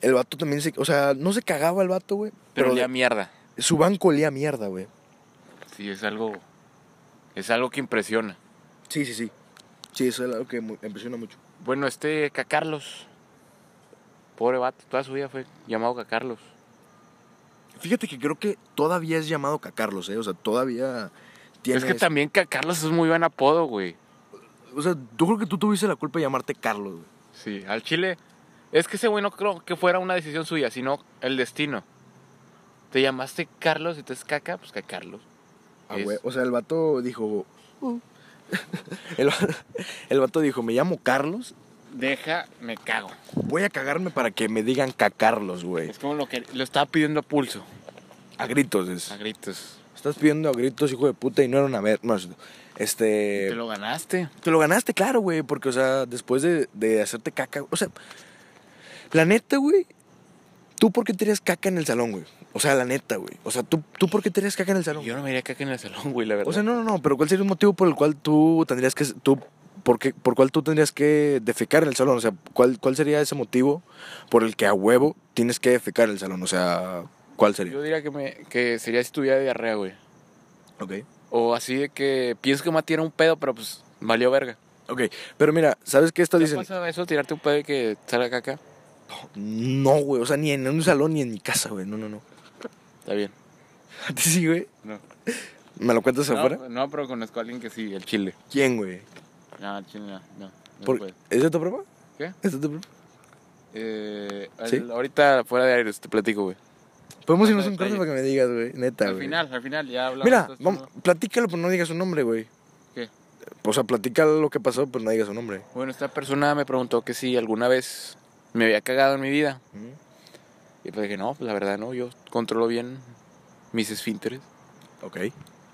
Speaker 1: El vato también se, o sea, no se cagaba el vato, güey,
Speaker 2: Pero
Speaker 1: pero,
Speaker 2: ya mierda.
Speaker 1: su banco olía a mierda, güey.
Speaker 2: Sí, es algo. Es algo que impresiona.
Speaker 1: Sí, sí, sí. Sí, eso es algo que mu- impresiona mucho.
Speaker 2: Bueno, este Cacarlos. Pobre vato, toda su vida fue llamado Cacarlos.
Speaker 1: Fíjate que creo que todavía es llamado Cacarlos, ¿eh? O sea, todavía tiene...
Speaker 2: Es que también Cacarlos es muy buen apodo, güey.
Speaker 1: O sea, yo creo que tú tuviste la culpa de llamarte Carlos, güey.
Speaker 2: Sí, al Chile. Es que ese güey no creo que fuera una decisión suya, sino el destino. Te llamaste Carlos y te es caca, pues que Carlos.
Speaker 1: Ah,
Speaker 2: Es- Mm.
Speaker 1: güey. O sea, el vato dijo... "Uh". el, va- el vato dijo, me llamo Carlos,
Speaker 2: Deja, me cago.
Speaker 1: voy a cagarme para que me digan Cacarlos, güey.
Speaker 2: Es como lo que lo estaba pidiendo a pulso,
Speaker 1: A gritos es.
Speaker 2: a gritos.
Speaker 1: Estás pidiendo a gritos, hijo de puta, y no era una vez. No, es- este.
Speaker 2: Te lo ganaste.
Speaker 1: te lo ganaste, claro, güey, porque, o sea, después de, de hacerte caca. O sea, La neta, güey. ¿Tú por qué tiras caca en el salón, güey? O sea, la neta, güey. O sea, ¿tú, tú por qué tiras caca en el salón?
Speaker 2: Yo no me iría caca en el salón, güey, la verdad.
Speaker 1: O sea, no, no, no. Pero ¿cuál sería el motivo por el cual tú tendrías que... Tú, por, qué- ¿Por cuál tú tendrías que defecar en el salón? O sea, ¿cuál, ¿cuál sería ese motivo por el que a huevo tienes que defecar en el salón? O sea, ¿cuál sería?
Speaker 2: Yo diría que, me, que sería si tuviera diarrea, güey.
Speaker 1: Ok.
Speaker 2: O así de que pienso que me va a tirar un pedo, pero pues valió verga.
Speaker 1: Ok. Pero mira, ¿sabes qué esto
Speaker 2: ¿Te
Speaker 1: dicen?
Speaker 2: pasa eso, tirarte un pedo y que salga caca?
Speaker 1: No, güey. O sea, ni en un salón ni en mi casa, güey. No, no, no. *laughs*
Speaker 2: Está bien.
Speaker 1: ¿A ti sí, güey?
Speaker 2: No.
Speaker 1: ¿Me lo cuentas afuera?
Speaker 2: No, no, pero conozco a alguien que sí, el chile.
Speaker 1: ¿Quién, güey?
Speaker 2: No, el chile no. no, no
Speaker 1: Por-
Speaker 2: puede.
Speaker 1: ¿Es de tu prueba?
Speaker 2: ¿Qué?
Speaker 1: ¿Es de tu prueba?
Speaker 2: Eh, al-
Speaker 1: ¿Sí?
Speaker 2: Ahorita fuera de aire te platico, güey.
Speaker 1: Podemos
Speaker 2: Ah,
Speaker 1: irnos un
Speaker 2: detalle.
Speaker 1: corte para que me digas, güey. Neta,
Speaker 2: Al
Speaker 1: güey.
Speaker 2: final, al final, ya hablamos.
Speaker 1: Mira,
Speaker 2: entonces,
Speaker 1: vamos,
Speaker 2: ¿no?
Speaker 1: platícalo, pero no digas su nombre, güey.
Speaker 2: ¿Qué?
Speaker 1: O sea, platícalo lo que pasó, pero no digas su nombre.
Speaker 2: Bueno, esta persona me preguntó que si alguna vez me había cagado en mi vida.
Speaker 1: Mm,
Speaker 2: Y pues dije, no, pues la verdad no, yo controlo bien mis esfínteres.
Speaker 1: Ok.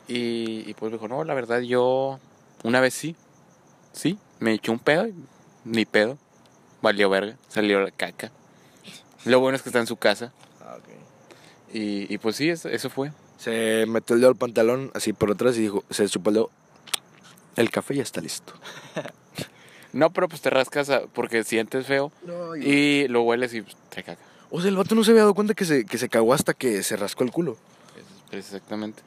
Speaker 2: Y, y pues dijo, no, la verdad yo una vez sí, sí, me echó un pedo, y ni pedo, valió verga, salió la caca. Lo bueno es que está en su casa.
Speaker 1: Ah,
Speaker 2: Y, y pues sí, eso, eso fue.
Speaker 1: Se metió el dedo al pantalón, así por atrás, y dijo, se chupó el dedo. El café ya está listo.
Speaker 2: No, pero pues te rascas a- porque sientes feo y lo hueles y pues, te caca.
Speaker 1: O sea, el vato no se había dado cuenta que se, que se cagó hasta que se rascó el culo.
Speaker 2: Es- es Exactamente.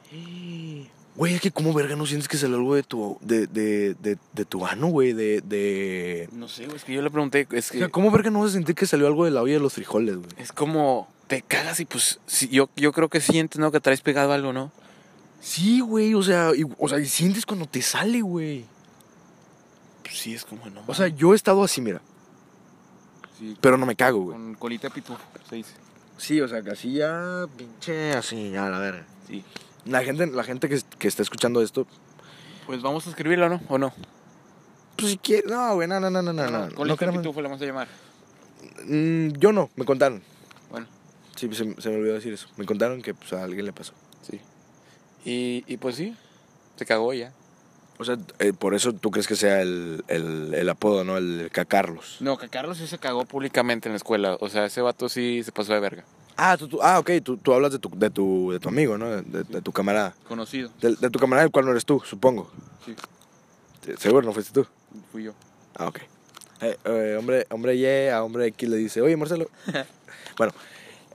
Speaker 1: Güey, es que cómo verga no sientes que salió algo de tu, de, de, de, de tu ano, güey, de, de...
Speaker 2: No sé, güey, es que yo le pregunté, es
Speaker 1: O
Speaker 2: que
Speaker 1: sea, ¿cómo verga no vas a sentir que salió algo de la olla de los frijoles, güey?
Speaker 2: es como te cagas y pues sí, yo, yo creo que sientes, ¿no? Que traes pegado algo, ¿no?
Speaker 1: Sí, güey, o sea, y, o sea, y sientes cuando te sale, güey.
Speaker 2: Pues sí, es como, no.
Speaker 1: O sea, yo he estado así, mira, pero no me cago, güey.
Speaker 2: con colita pitufo, se dice.
Speaker 1: Sí, o sea, casi ya pinche así, ya la verga.
Speaker 2: Sí.
Speaker 1: La gente, la gente que, que está escuchando esto,
Speaker 2: Pues vamos a escribirlo, ¿no? ¿O no?
Speaker 1: pues si quiere, no, güey, no, no, no, no, no, no, no,
Speaker 2: Colita
Speaker 1: queremos-
Speaker 2: pitufo le vamos a llamar.
Speaker 1: Mm, yo no, me contaron.
Speaker 2: Bueno,
Speaker 1: Sí, se, se me olvidó decir eso. Me contaron que pues, a alguien le pasó.
Speaker 2: sí. Y, y pues sí, se cagó ya.
Speaker 1: O sea, eh, por eso tú crees que sea el, el, el apodo, ¿no? El cacarlos.
Speaker 2: No, que Carlos sí se cagó públicamente en la escuela. O sea, ese vato sí se pasó de verga.
Speaker 1: Ah, tú, tú- ah ok, tú, tú hablas de tu, de, tu, de tu amigo, ¿no? De- de- de tu camarada.
Speaker 2: Conocido,
Speaker 1: De, de tu camarada, el cual no eres tú, supongo.
Speaker 2: Sí.
Speaker 1: Se- Seguro no fuiste tú.
Speaker 2: fui yo.
Speaker 1: Ah, ok. Eh, eh, hombre, hombre Y a hombre X le dice, oye,
Speaker 2: *laughs*
Speaker 1: Marcelo. bueno,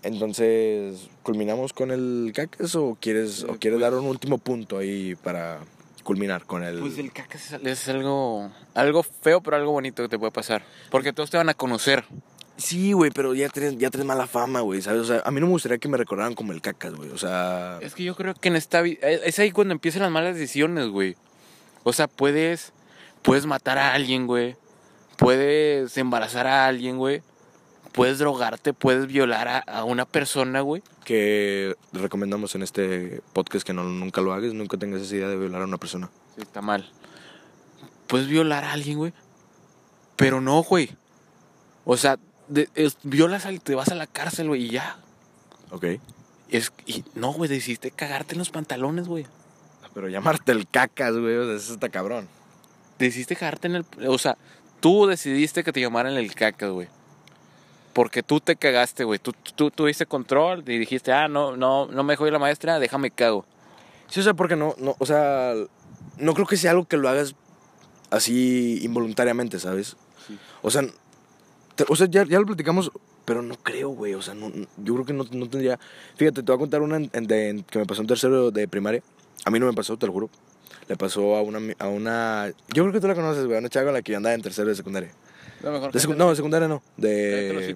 Speaker 1: entonces, ¿culminamos con el cacas o quieres, o
Speaker 2: Eh,
Speaker 1: quieres
Speaker 2: pues-
Speaker 1: dar un último punto ahí para culminar con el...
Speaker 2: Pues el caca es, es algo, algo feo, pero algo bonito que te puede pasar. Porque todos te van a conocer.
Speaker 1: Sí, güey, pero ya tienes, ya tienes mala fama, güey, ¿sabes? O sea, a mí no me gustaría que me recordaran como el cacas, güey. O sea...
Speaker 2: Es que yo creo que en esta vida. Es ahí cuando empiezan las malas decisiones, güey. O sea, puedes. Puedes matar a alguien, güey. Puedes embarazar a alguien, güey. Puedes drogarte, puedes violar a, a una persona, güey.
Speaker 1: Que recomendamos en este podcast que no, nunca lo hagas, nunca tengas esa idea de violar a una persona.
Speaker 2: Sí, está mal. Puedes violar a alguien, güey. Pero no, güey. O sea, de- es- violas al, te vas a la cárcel, güey, y ya.
Speaker 1: Ok.
Speaker 2: Es, y no, güey, decidiste cagarte en los pantalones, güey.
Speaker 1: Ah, Pero llamarte el cacas, güey, o sea, eso está cabrón.
Speaker 2: decidiste cagarte en el. O sea, tú decidiste que te llamaran el cacas, güey. Porque tú te cagaste, güey. Tú, tú tuviste control y dijiste, ah, no, no, no me dejó ir la maestra, déjame cago.
Speaker 1: Sí, o sea, porque no, no, o sea, no creo que sea algo que lo hagas así involuntariamente, ¿sabes?
Speaker 2: Sí.
Speaker 1: O sea, te- o sea ya, ya lo platicamos, pero no creo, güey, o sea, no, no- yo creo que no, no tendría... Fíjate, te voy a contar una en- en- de- en- que me pasó en tercero de primaria. A mí no me pasó, te lo juro. Le pasó a una, ami- a una... Yo creo que tú la conoces, güey, a una chava con la que yo andaba en tercero de secundaria.
Speaker 2: Lo mejor
Speaker 1: De secu- no, de secundaria no,
Speaker 2: eh,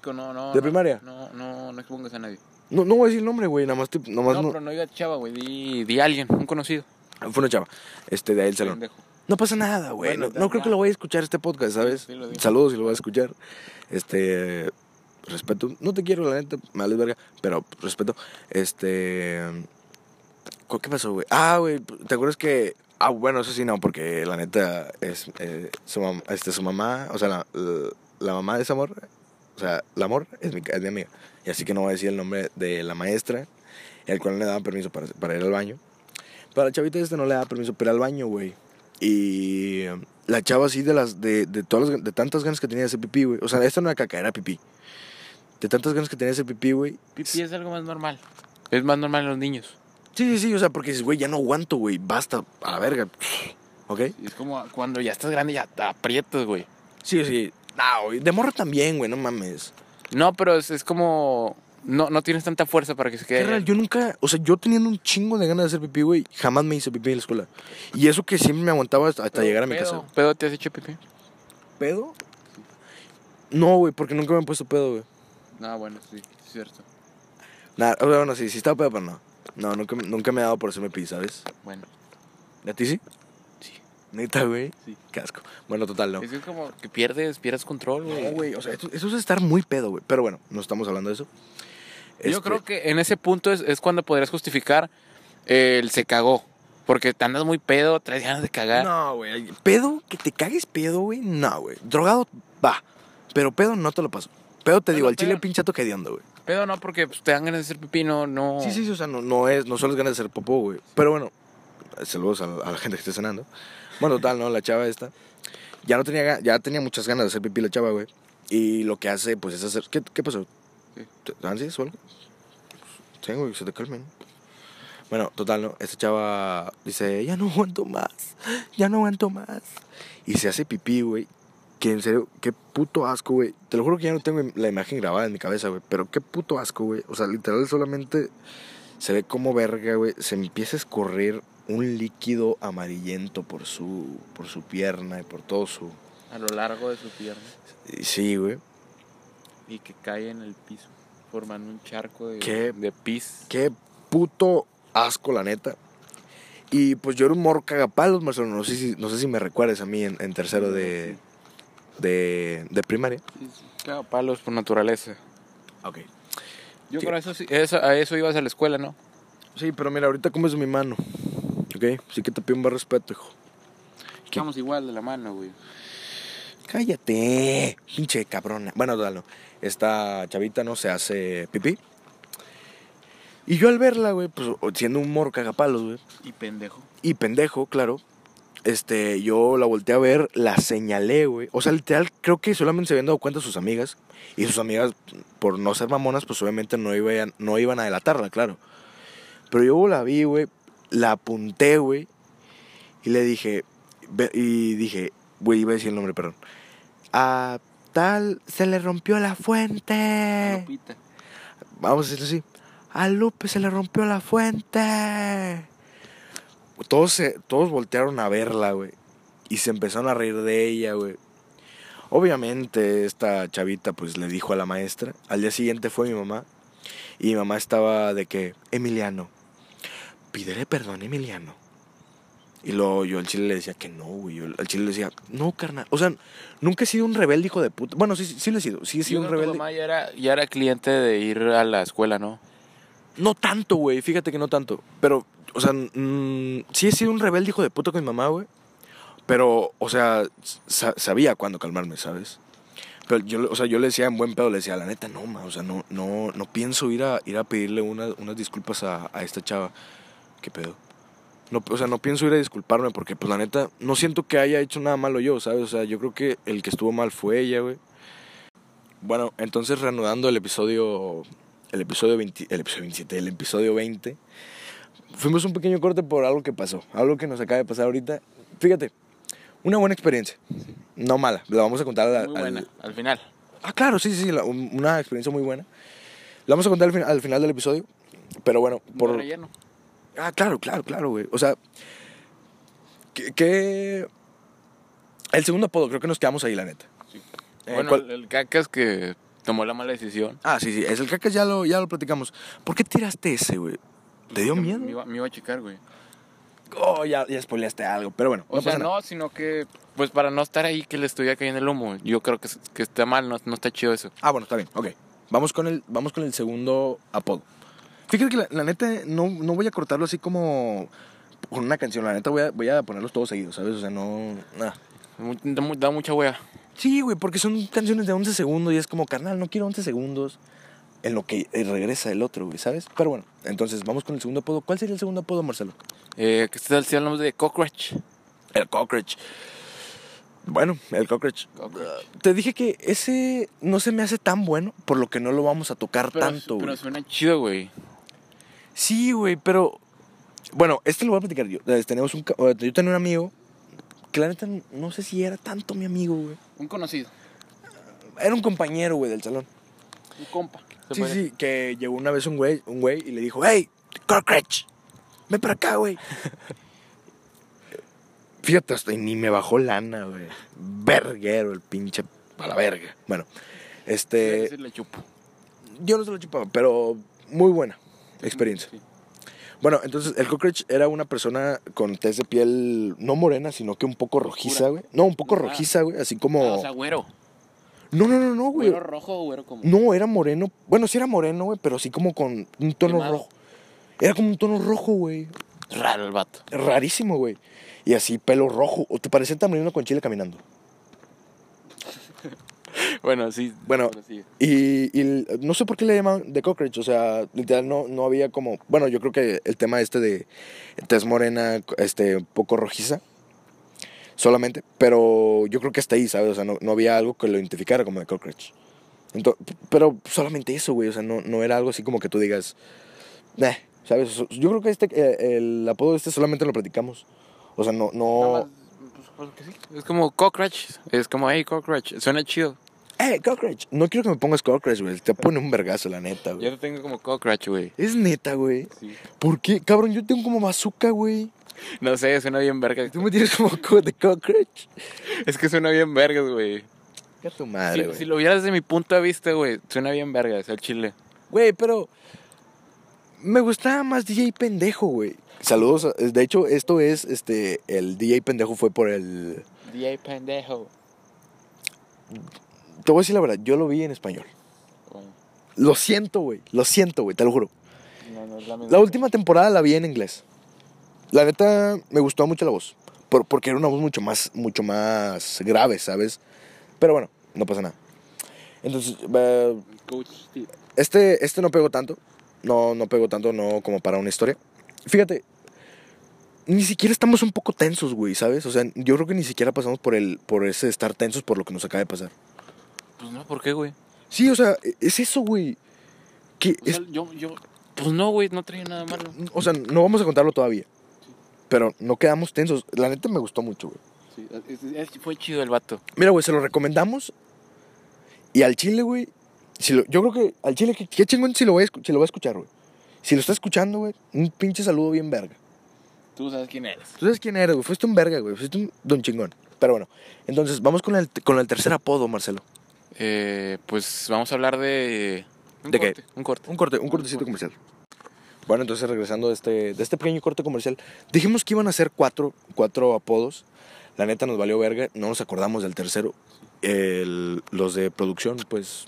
Speaker 1: de...
Speaker 2: no, no,
Speaker 1: ¿de
Speaker 2: no,
Speaker 1: primaria?
Speaker 2: No, no, no expongas a nadie.
Speaker 1: No, no voy a decir el nombre, güey, nada más... te- nada más
Speaker 2: no,
Speaker 1: no-
Speaker 2: pero no iba chava, güey. Di, di a alguien, un conocido.
Speaker 1: Fue una chava, este, de ahí el salón.
Speaker 2: Pendejo.
Speaker 1: No pasa nada, güey.
Speaker 2: Bueno,
Speaker 1: no,
Speaker 2: ya,
Speaker 1: no creo
Speaker 2: ya.
Speaker 1: que lo vaya a escuchar este podcast, ¿sabes?
Speaker 2: Sí, lo digo.
Speaker 1: Saludos si lo vas a escuchar. Este. Respeto. No te quiero, la neta. Me vales verga. Pero respeto. Este. ¿cu- ¿Qué pasó, güey? Ah, güey. ¿Te acuerdas que.? Ah, bueno, eso sí, no, porque la neta es. eh, su, mam- este, su mamá. O sea, la, la- la mamá de esa morra. O sea, la morra es mi, ca- es mi amiga. Y así que no voy a decir el nombre de la maestra. El cual no le daba permiso para, para ir al baño. Pero la chavita este no le daba permiso para ir al baño, güey. Y eh, la chava así de las de, de todas las, de tantas ganas que tenía de hacer pipí, güey. O sea, esta no era caca, era pipí. De tantas ganas que tenía ese pipí, güey.
Speaker 2: Pipí es algo más normal. Es más normal en los niños.
Speaker 1: Sí, sí, sí, o sea, porque dices, güey, ya no aguanto, güey, basta, a la verga. ¿Ok?
Speaker 2: Es como cuando ya estás grande ya te aprietas, güey.
Speaker 1: Sí, sí. No, güey, de morro también, güey, no mames.
Speaker 2: No, pero es, es como... No, no tienes tanta fuerza para que se
Speaker 1: Qué
Speaker 2: quede.
Speaker 1: real, yo nunca, o sea, yo teniendo un chingo de ganas de hacer pipí, güey, jamás me hice pipí en la escuela. Y eso que siempre me aguantaba hasta, hasta llegar a mi
Speaker 2: Pedo.
Speaker 1: casa.
Speaker 2: ¿Pedo te has hecho pipí?
Speaker 1: ¿Pedo? No, güey, porque nunca me han puesto pedo, güey.
Speaker 2: No, Ah, bueno, sí, es cierto.
Speaker 1: Nada, o sea, bueno, sí, sí estaba pedo, pero no. No, nunca, nunca me he dado por hacerme pipí, ¿sabes?
Speaker 2: Bueno,
Speaker 1: ¿A ti sí?
Speaker 2: sí.
Speaker 1: Neta, güey.
Speaker 2: Sí.
Speaker 1: Casco. Bueno, total, no.
Speaker 2: Es que es como que pierdes, pierdes control, güey.
Speaker 1: No, güey, o sea, eso, eso es estar muy pedo, güey. Pero bueno, no estamos hablando de eso. Este
Speaker 2: Yo creo que en ese punto es, es cuando podrías justificar eh, el se cagó. Porque te andas muy pedo, traes ganas de cagar.
Speaker 1: No, güey. Pedo, que te cagues pedo, güey. No, güey. Drogado, va. Pero pedo no te lo paso. Pedo te
Speaker 2: No,
Speaker 1: digo,
Speaker 2: no,
Speaker 1: al chile
Speaker 2: pedo.
Speaker 1: pinchato que hediondo, güey.
Speaker 2: Pedo no, porque pues, te dan ganas de hacer pipí, no, no.
Speaker 1: Sí, sí, sí, o sea, no, no es, no solo es ganas de ser popó, güey. Pero bueno, saludos a, la- a la gente que esté cenando. Bueno, total, ¿no? La chava esta. Ya no tenía, ga- ya tenía muchas ganas de hacer pipí la chava, güey. Y lo que hace, pues, es hacer... ¿Qué, qué pasó?
Speaker 2: ¿Qué?
Speaker 1: ¿Te- ¿Ansias o algo? Sí, güey, que se te calmen. Bueno, total, ¿no? Esta chava dice, ya no aguanto más, ya no aguanto más. Y se hace pipí, güey. Que en serio, qué puto asco, güey. Te lo juro que ya no tengo la imagen grabada en mi cabeza, güey. Pero qué puto asco, güey. O sea, literal solamente se ve como verga, güey. Se empieza a escorrer un líquido amarillento por su, por su pierna y por todo su...
Speaker 2: A lo largo de su pierna.
Speaker 1: y Sí, güey.
Speaker 2: Y que cae en el piso, formando un charco de,
Speaker 1: ¿Qué?
Speaker 2: de pis.
Speaker 1: Qué puto asco, la neta. Y pues yo era un morro cagapalos, Marcelo. No sé si, no sé si me recuerdes a mí en, en tercero de, de, de primaria.
Speaker 2: Claro, palos por naturaleza.
Speaker 1: Ok.
Speaker 2: Yo
Speaker 1: Sí.
Speaker 2: con eso, sí- eso, a eso ibas a la escuela, ¿no?
Speaker 1: Sí, pero mira, ahorita comes de mi mano. Ok. Sí que te pido más respeto, hijo. ¿Qué?
Speaker 2: Estamos igual de la mano, güey.
Speaker 1: Cállate, pinche cabrona. Bueno, total, no. Esta chavita no se hace pipí. Y yo al verla, güey, pues o- siendo un morro cagapalos, güey,
Speaker 2: Y pendejo.
Speaker 1: y pendejo, claro, este, yo la volteé a ver, la señalé, güey. O sea, literal, creo que solamente se habían dado cuenta sus amigas. Y sus amigas, por no ser mamonas, pues obviamente no iban, no iban a delatarla, claro. Pero yo la vi, güey, la apunté, güey, y le dije, ve- y dije, güey, iba a decir el nombre, perdón. A tal se le rompió la fuente.
Speaker 2: Lupita.
Speaker 1: Vamos a decirlo así. A Lupe se le rompió la fuente. Todos, se- todos voltearon a verla, güey. Y se empezaron a reír de ella, güey. Obviamente esta chavita pues le dijo a la maestra. Al día siguiente fue mi mamá. Y mi mamá estaba de que, Emiliano, pídele perdón, Emiliano. Y luego yo al chile le decía que no, güey. Yo al chile le decía, no, carnal. O sea, nunca he sido un rebelde, hijo de puta. Bueno, sí, sí, sí lo he sido. Sí he
Speaker 2: Sí,
Speaker 1: sido
Speaker 2: un
Speaker 1: un rebelde.
Speaker 2: mamá ya era, ya era cliente de ir a la escuela, ¿no?
Speaker 1: No tanto, güey. Fíjate que no tanto. Pero, o sea, mm, sí he sido un rebelde hijo de puta con mi mamá, güey. Pero, o sea, sa- sabía cuándo calmarme, ¿sabes? Pero yo, le- o sea, yo le decía en buen pedo, le decía, la neta, no, ma, o sea, no, no, no pienso ir a, ir a pedirle una- unas disculpas a, a esta chava. ¿Qué pedo? No, o sea, no pienso ir a disculparme porque, pues, la neta, no siento que haya hecho nada malo yo, ¿sabes? O sea, yo creo que el que estuvo mal fue ella, güey. Bueno, entonces, reanudando el episodio el episodio, 20 el episodio 27, el episodio 20. Fuimos un pequeño corte por algo que pasó, algo que nos acaba de pasar ahorita. Fíjate, una buena experiencia, no mala, la vamos a contar al-
Speaker 2: Muy buena,
Speaker 1: al,
Speaker 2: al final.
Speaker 1: Ah, claro, sí, sí, sí, la- un- una experiencia muy buena. La vamos a contar al, fin- al final del episodio, pero bueno,
Speaker 2: Por
Speaker 1: por...
Speaker 2: relleno.
Speaker 1: Ah, claro, claro, claro, güey. O sea, que, que- El segundo apodo, creo que nos quedamos ahí, la neta. Eh,
Speaker 2: bueno,
Speaker 1: ¿cuál-
Speaker 2: el, el cacas que tomó la mala decisión.
Speaker 1: Ah, sí, sí, es el caca, ya lo, ya lo platicamos. ¿Por qué tiraste ese, güey? ¿Te dio
Speaker 2: Que
Speaker 1: miedo?
Speaker 2: Me iba, me iba a checar, güey.
Speaker 1: Oh, ya, ya spoileaste algo, pero bueno,
Speaker 2: O
Speaker 1: no
Speaker 2: sea,
Speaker 1: pasa nada.
Speaker 2: no, sino que, pues para no estar ahí que le estuviera cayendo el humo. Yo creo que, es- que está mal, no, no está chido eso.
Speaker 1: Ah, bueno, está bien, ok. Vamos con el, vamos con el segundo apodo. Fíjate que la, la neta, no, no voy a cortarlo así como con una canción. La neta, voy a, voy a ponerlos todos seguidos, ¿sabes? O sea, no... ah.
Speaker 2: Mu- Da, mu- da mucha wea.
Speaker 1: Sí, güey, porque son canciones de 11 segundos y es como, carnal, no quiero 11 segundos en lo que eh, regresa el otro, güey, ¿sabes? Pero bueno, entonces vamos con el segundo apodo. ¿Cuál sería el segundo apodo, Marcelo?
Speaker 2: Eh, que está el nombre de Cockroach.
Speaker 1: El cockroach. Bueno, el cockroach.
Speaker 2: Cockroach.
Speaker 1: Te dije que ese no se me hace tan bueno, por lo que no lo vamos a tocar
Speaker 2: Pero,
Speaker 1: tanto,
Speaker 2: pero
Speaker 1: güey.
Speaker 2: suena chido, güey.
Speaker 1: Sí, güey, pero. Bueno, este lo voy a platicar yo. Eh, Tenemos un, ca- eh, yo tenía un amigo. Que la neta, no sé si era tanto mi amigo, güey.
Speaker 2: Un conocido,
Speaker 1: Era un compañero, güey, del salón.
Speaker 2: un compa. se
Speaker 1: Sí,
Speaker 2: puede
Speaker 1: sí, que llegó una vez un güey, un güey y le dijo, hey, Cockroach, ven para acá, *laughs* güey. Fíjate, hasta ni me bajó lana, güey. Verguero el pinche a la verga. Bueno,
Speaker 2: decir.
Speaker 1: este,
Speaker 2: Ese le chupo.
Speaker 1: yo no se lo chupaba, pero muy buena experiencia.
Speaker 2: Sí.
Speaker 1: Bueno, entonces el cockroach era una persona con tez de piel no morena, sino que un poco rojiza, güey. No, un poco
Speaker 2: Ah.
Speaker 1: rojiza, güey, así
Speaker 2: Ah,
Speaker 1: como...
Speaker 2: o sea, güero.
Speaker 1: No, no, no, no, güey.
Speaker 2: Güero rojo o güero como.
Speaker 1: No, era moreno. Bueno, sí era moreno, güey, pero sí como con un tono
Speaker 2: Quemado.
Speaker 1: rojo. Era como un tono rojo, güey.
Speaker 2: Raro el vato.
Speaker 1: Rarísimo, güey. Y así, pelo rojo. O te parecía también uno con chile caminando.
Speaker 2: Bueno, sí.
Speaker 1: Bueno,
Speaker 2: pero sí.
Speaker 1: Y, y l- no sé por qué le llaman The Cockroach. O sea, literal, no, no había como. Bueno, yo creo que el tema este de tez morena, este, un poco rojiza. Solamente. Pero yo creo que hasta ahí, ¿sabes? O sea, no, no había algo que lo identificara como The Cockroach. Ento- p- pero solamente eso, güey. O sea, no, no era algo así como que tú digas. "Nah", ¿sabes? So- Yo creo que este, eh, el apodo este solamente lo platicamos. O sea, no.
Speaker 2: Nada
Speaker 1: no...
Speaker 2: más, pues, pues, que sí. Es como cockroach. Es como, hey, cockroach. Suena chido.
Speaker 1: ¡Eh, Cockroach! No quiero que me pongas Cockroach, güey. Te pone un vergazo, la neta,
Speaker 2: Yo
Speaker 1: güey.
Speaker 2: te tengo como cockroach, güey.
Speaker 1: Es neta, güey.
Speaker 2: Sí.
Speaker 1: ¿Por qué? Cabrón, yo tengo como bazooka, güey.
Speaker 2: No sé, suena bien verga.
Speaker 1: Tú me tienes como co- de cockroach.
Speaker 2: Es que suena bien vergas, güey.
Speaker 1: ¿Qué tu
Speaker 2: Si,
Speaker 1: madre, güey.
Speaker 2: si lo vieras desde mi punto de vista, güey, suena bien vergas el chile.
Speaker 1: Güey, pero. Me gustaba más DJ Pendejo, güey. Saludos. a- De hecho, esto es. este El DJ Pendejo fue por el.
Speaker 2: DJ pendejo.
Speaker 1: Te voy a decir la verdad, yo lo vi en español. Lo siento, güey. Lo siento, güey, te lo juro.
Speaker 2: No, no es la misma.
Speaker 1: La última temporada la vi en inglés. La neta, me gustó mucho la voz. Por- porque era una voz mucho más, mucho más grave, ¿sabes? Pero bueno, no pasa nada. Entonces, eh,
Speaker 2: Coach Steve.
Speaker 1: Este, este no pegó tanto. No, no pegó tanto, no como para una historia. Fíjate, ni siquiera estamos un poco tensos, güey, ¿sabes? O sea, yo creo que ni siquiera pasamos por el, por ese estar tensos por lo que nos acaba de pasar.
Speaker 2: Pues no, ¿por qué, güey?
Speaker 1: Sí, o sea, e- es eso, güey. Que
Speaker 2: O
Speaker 1: es,
Speaker 2: sea, yo, yo. Pues no, güey, no traía nada malo.
Speaker 1: o sea, no vamos a contarlo todavía. Pero no quedamos tensos. La neta me gustó mucho, güey.
Speaker 2: Sí, es- es- fue chido el vato.
Speaker 1: Mira, güey, se lo recomendamos. Y al chile, güey. si lo- yo creo que al chile, qué, qué chingón si lo, va a escu- si lo va a escuchar, güey. Si lo está escuchando, güey, un pinche saludo bien verga.
Speaker 2: Tú sabes quién eres.
Speaker 1: ¿Tú sabes quién eres, güey? Fuiste un verga, güey. Fuiste un don chingón. Pero bueno, entonces vamos con el, con el tercer apodo, Marcelo.
Speaker 2: Eh, pues vamos a hablar de. un
Speaker 1: ¿De qué?
Speaker 2: corte, Un corte.
Speaker 1: Un corte, un cortecito comercial. Bueno, entonces regresando de este, de este pequeño corte comercial, dijimos que iban a ser cuatro, cuatro apodos. La neta nos valió verga, no nos acordamos del tercero. El- los de producción, pues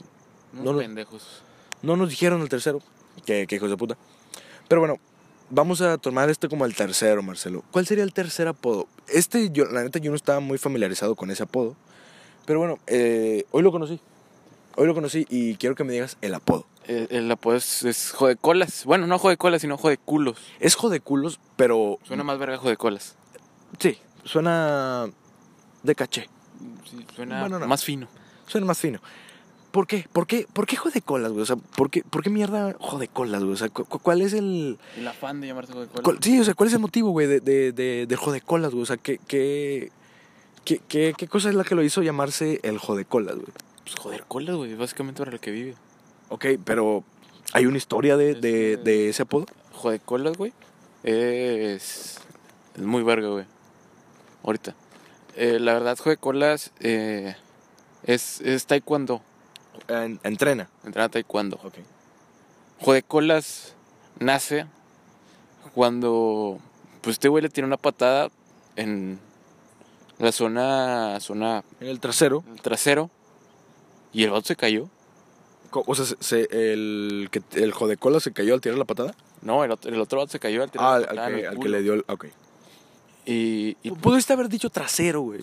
Speaker 2: Unos
Speaker 1: No, no.
Speaker 2: pendejos.
Speaker 1: no nos dijeron el tercero. Que, que hijos de puta. Pero bueno, vamos a tomar este como el tercero, Marcelo. ¿Cuál sería el tercer apodo? Este, yo, la neta, yo no estaba muy familiarizado con ese apodo. Pero bueno, eh, hoy lo conocí. Hoy lo conocí y quiero que me digas el apodo.
Speaker 2: El, el apodo es, eh, es jodecolas. Bueno, no jodecolas, sino jodeculos.
Speaker 1: Es jodeculos, pero.
Speaker 2: Suena más verga jodecolas.
Speaker 1: Sí, suena. de caché.
Speaker 2: Sí, suena
Speaker 1: Bueno, no.
Speaker 2: más fino.
Speaker 1: Suena más fino. ¿Por qué? ¿Por qué, ¿Por qué jodecolas, güey? O sea, ¿por qué, por qué mierda jodecolas, güey? O sea, cu- cu- ¿cuál es el.
Speaker 2: El afán de llamarse jodecolas.
Speaker 1: ¿Cuál- sí, o sea, ¿cuál es el motivo, güey, de, de, de, del jodecolas, güey? O sea, ¿qué, qué, qué, qué, qué cosa es la que lo hizo llamarse el jodecolas, güey?
Speaker 2: Pues joder, cola, güey, básicamente para el que vive.
Speaker 1: Ok, pero ¿hay una historia de, de,
Speaker 2: Este-
Speaker 1: de ese apodo?
Speaker 2: Joder, colas, güey. Es, es muy verga, güey. Ahorita. Eh, la verdad, joder, colas eh, es, es taekwondo.
Speaker 1: En- entrena.
Speaker 2: Entrenar taekwondo.
Speaker 1: Ok.
Speaker 2: Joder, colas nace cuando pues este güey le tiene una patada en la zona, zona
Speaker 1: En el trasero,
Speaker 2: en el trasero y el vato se cayó.
Speaker 1: co- o sea, se- se- el, que, el jodecolas se cayó al tirar la patada.
Speaker 2: No, el otro, el otro vato se cayó al tirar
Speaker 1: Ah,
Speaker 2: la
Speaker 1: al,
Speaker 2: patada
Speaker 1: al
Speaker 2: en
Speaker 1: que,
Speaker 2: el
Speaker 1: al que
Speaker 2: culo.
Speaker 1: le dio el... Ok.
Speaker 2: Y, y,
Speaker 1: Pudiste haber dicho trasero, güey.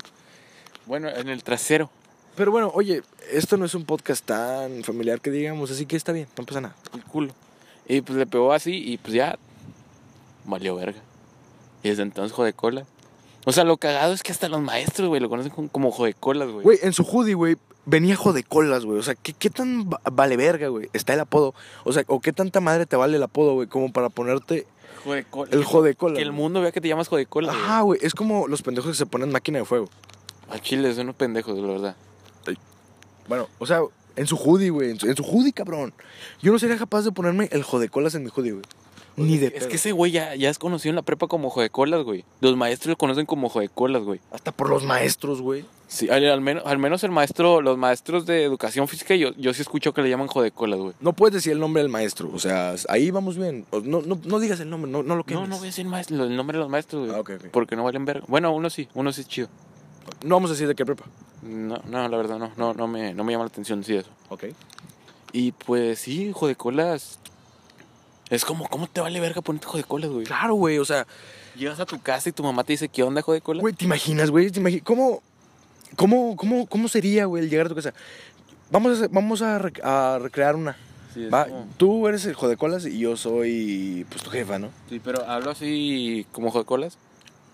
Speaker 2: bueno, en el trasero.
Speaker 1: Pero bueno, oye, esto no es un podcast tan familiar que digamos, así que está bien, no pasa nada.
Speaker 2: el culo. Y pues le pegó así y pues ya valió verga. Y desde entonces jodecola O sea, lo cagado es que hasta los maestros, güey, lo conocen como, como jodecolas, güey.
Speaker 1: Güey, en su hoodie, güey, venía jodecolas, güey. O sea, ¿qué, qué tan va- vale verga, güey? Está el apodo. O sea, ¿o qué tanta madre te vale el apodo, güey? Como para ponerte
Speaker 2: Jodecolas.
Speaker 1: el jodecola.
Speaker 2: Que el
Speaker 1: güey.
Speaker 2: mundo vea que te llamas jodecolas, güey.
Speaker 1: Ajá, güey. Es como los pendejos que se ponen máquina de fuego.
Speaker 2: A Chile son unos pendejos, la verdad.
Speaker 1: Bueno, o sea, en su hoodie, güey. En su, en su hoodie, cabrón. Yo no sería capaz de ponerme el jodecolas en mi hoodie, güey. Ni de
Speaker 2: Es
Speaker 1: pedo.
Speaker 2: que ese güey ya, ya es conocido en la prepa como jodecolas, güey. Los maestros lo conocen como jodecolas, güey.
Speaker 1: Hasta por los maestros, güey.
Speaker 2: Sí, al, al menos, al menos el maestro, los maestros de educación física, yo, yo sí escucho que le llaman jodecolas, güey.
Speaker 1: No puedes decir el nombre del maestro. O sea, ahí vamos bien. O- No, no, no digas el nombre, no, no lo
Speaker 2: No,
Speaker 1: quemes.
Speaker 2: no voy a decir maestro, el nombre de los maestros, güey.
Speaker 1: Ah, ok, ok.
Speaker 2: Porque no valen verga. Bueno, uno sí, uno sí es chido.
Speaker 1: No vamos a decir de qué prepa.
Speaker 2: No, no, la verdad, no, no, no me, no me llama la atención, sí, eso.
Speaker 1: Ok.
Speaker 2: Y pues sí, jodecolas. Es como, ¿cómo te vale verga ponerte jodecolas, güey?
Speaker 1: Claro, güey. O sea,
Speaker 2: Llegas a tu casa y tu mamá te dice, ¿qué onda, jodecolas?
Speaker 1: Güey, ¿te imaginas, güey? ¿Te imagi- ¿Cómo, cómo, cómo, cómo sería, güey, el llegar a tu casa? Vamos a, hacer- vamos a, rec- a recrear una.
Speaker 2: Sí, es
Speaker 1: Va,
Speaker 2: como-
Speaker 1: tú eres el jodecolas y yo soy, pues, tu jefa, ¿no?
Speaker 2: Sí, pero hablo así como jodecolas.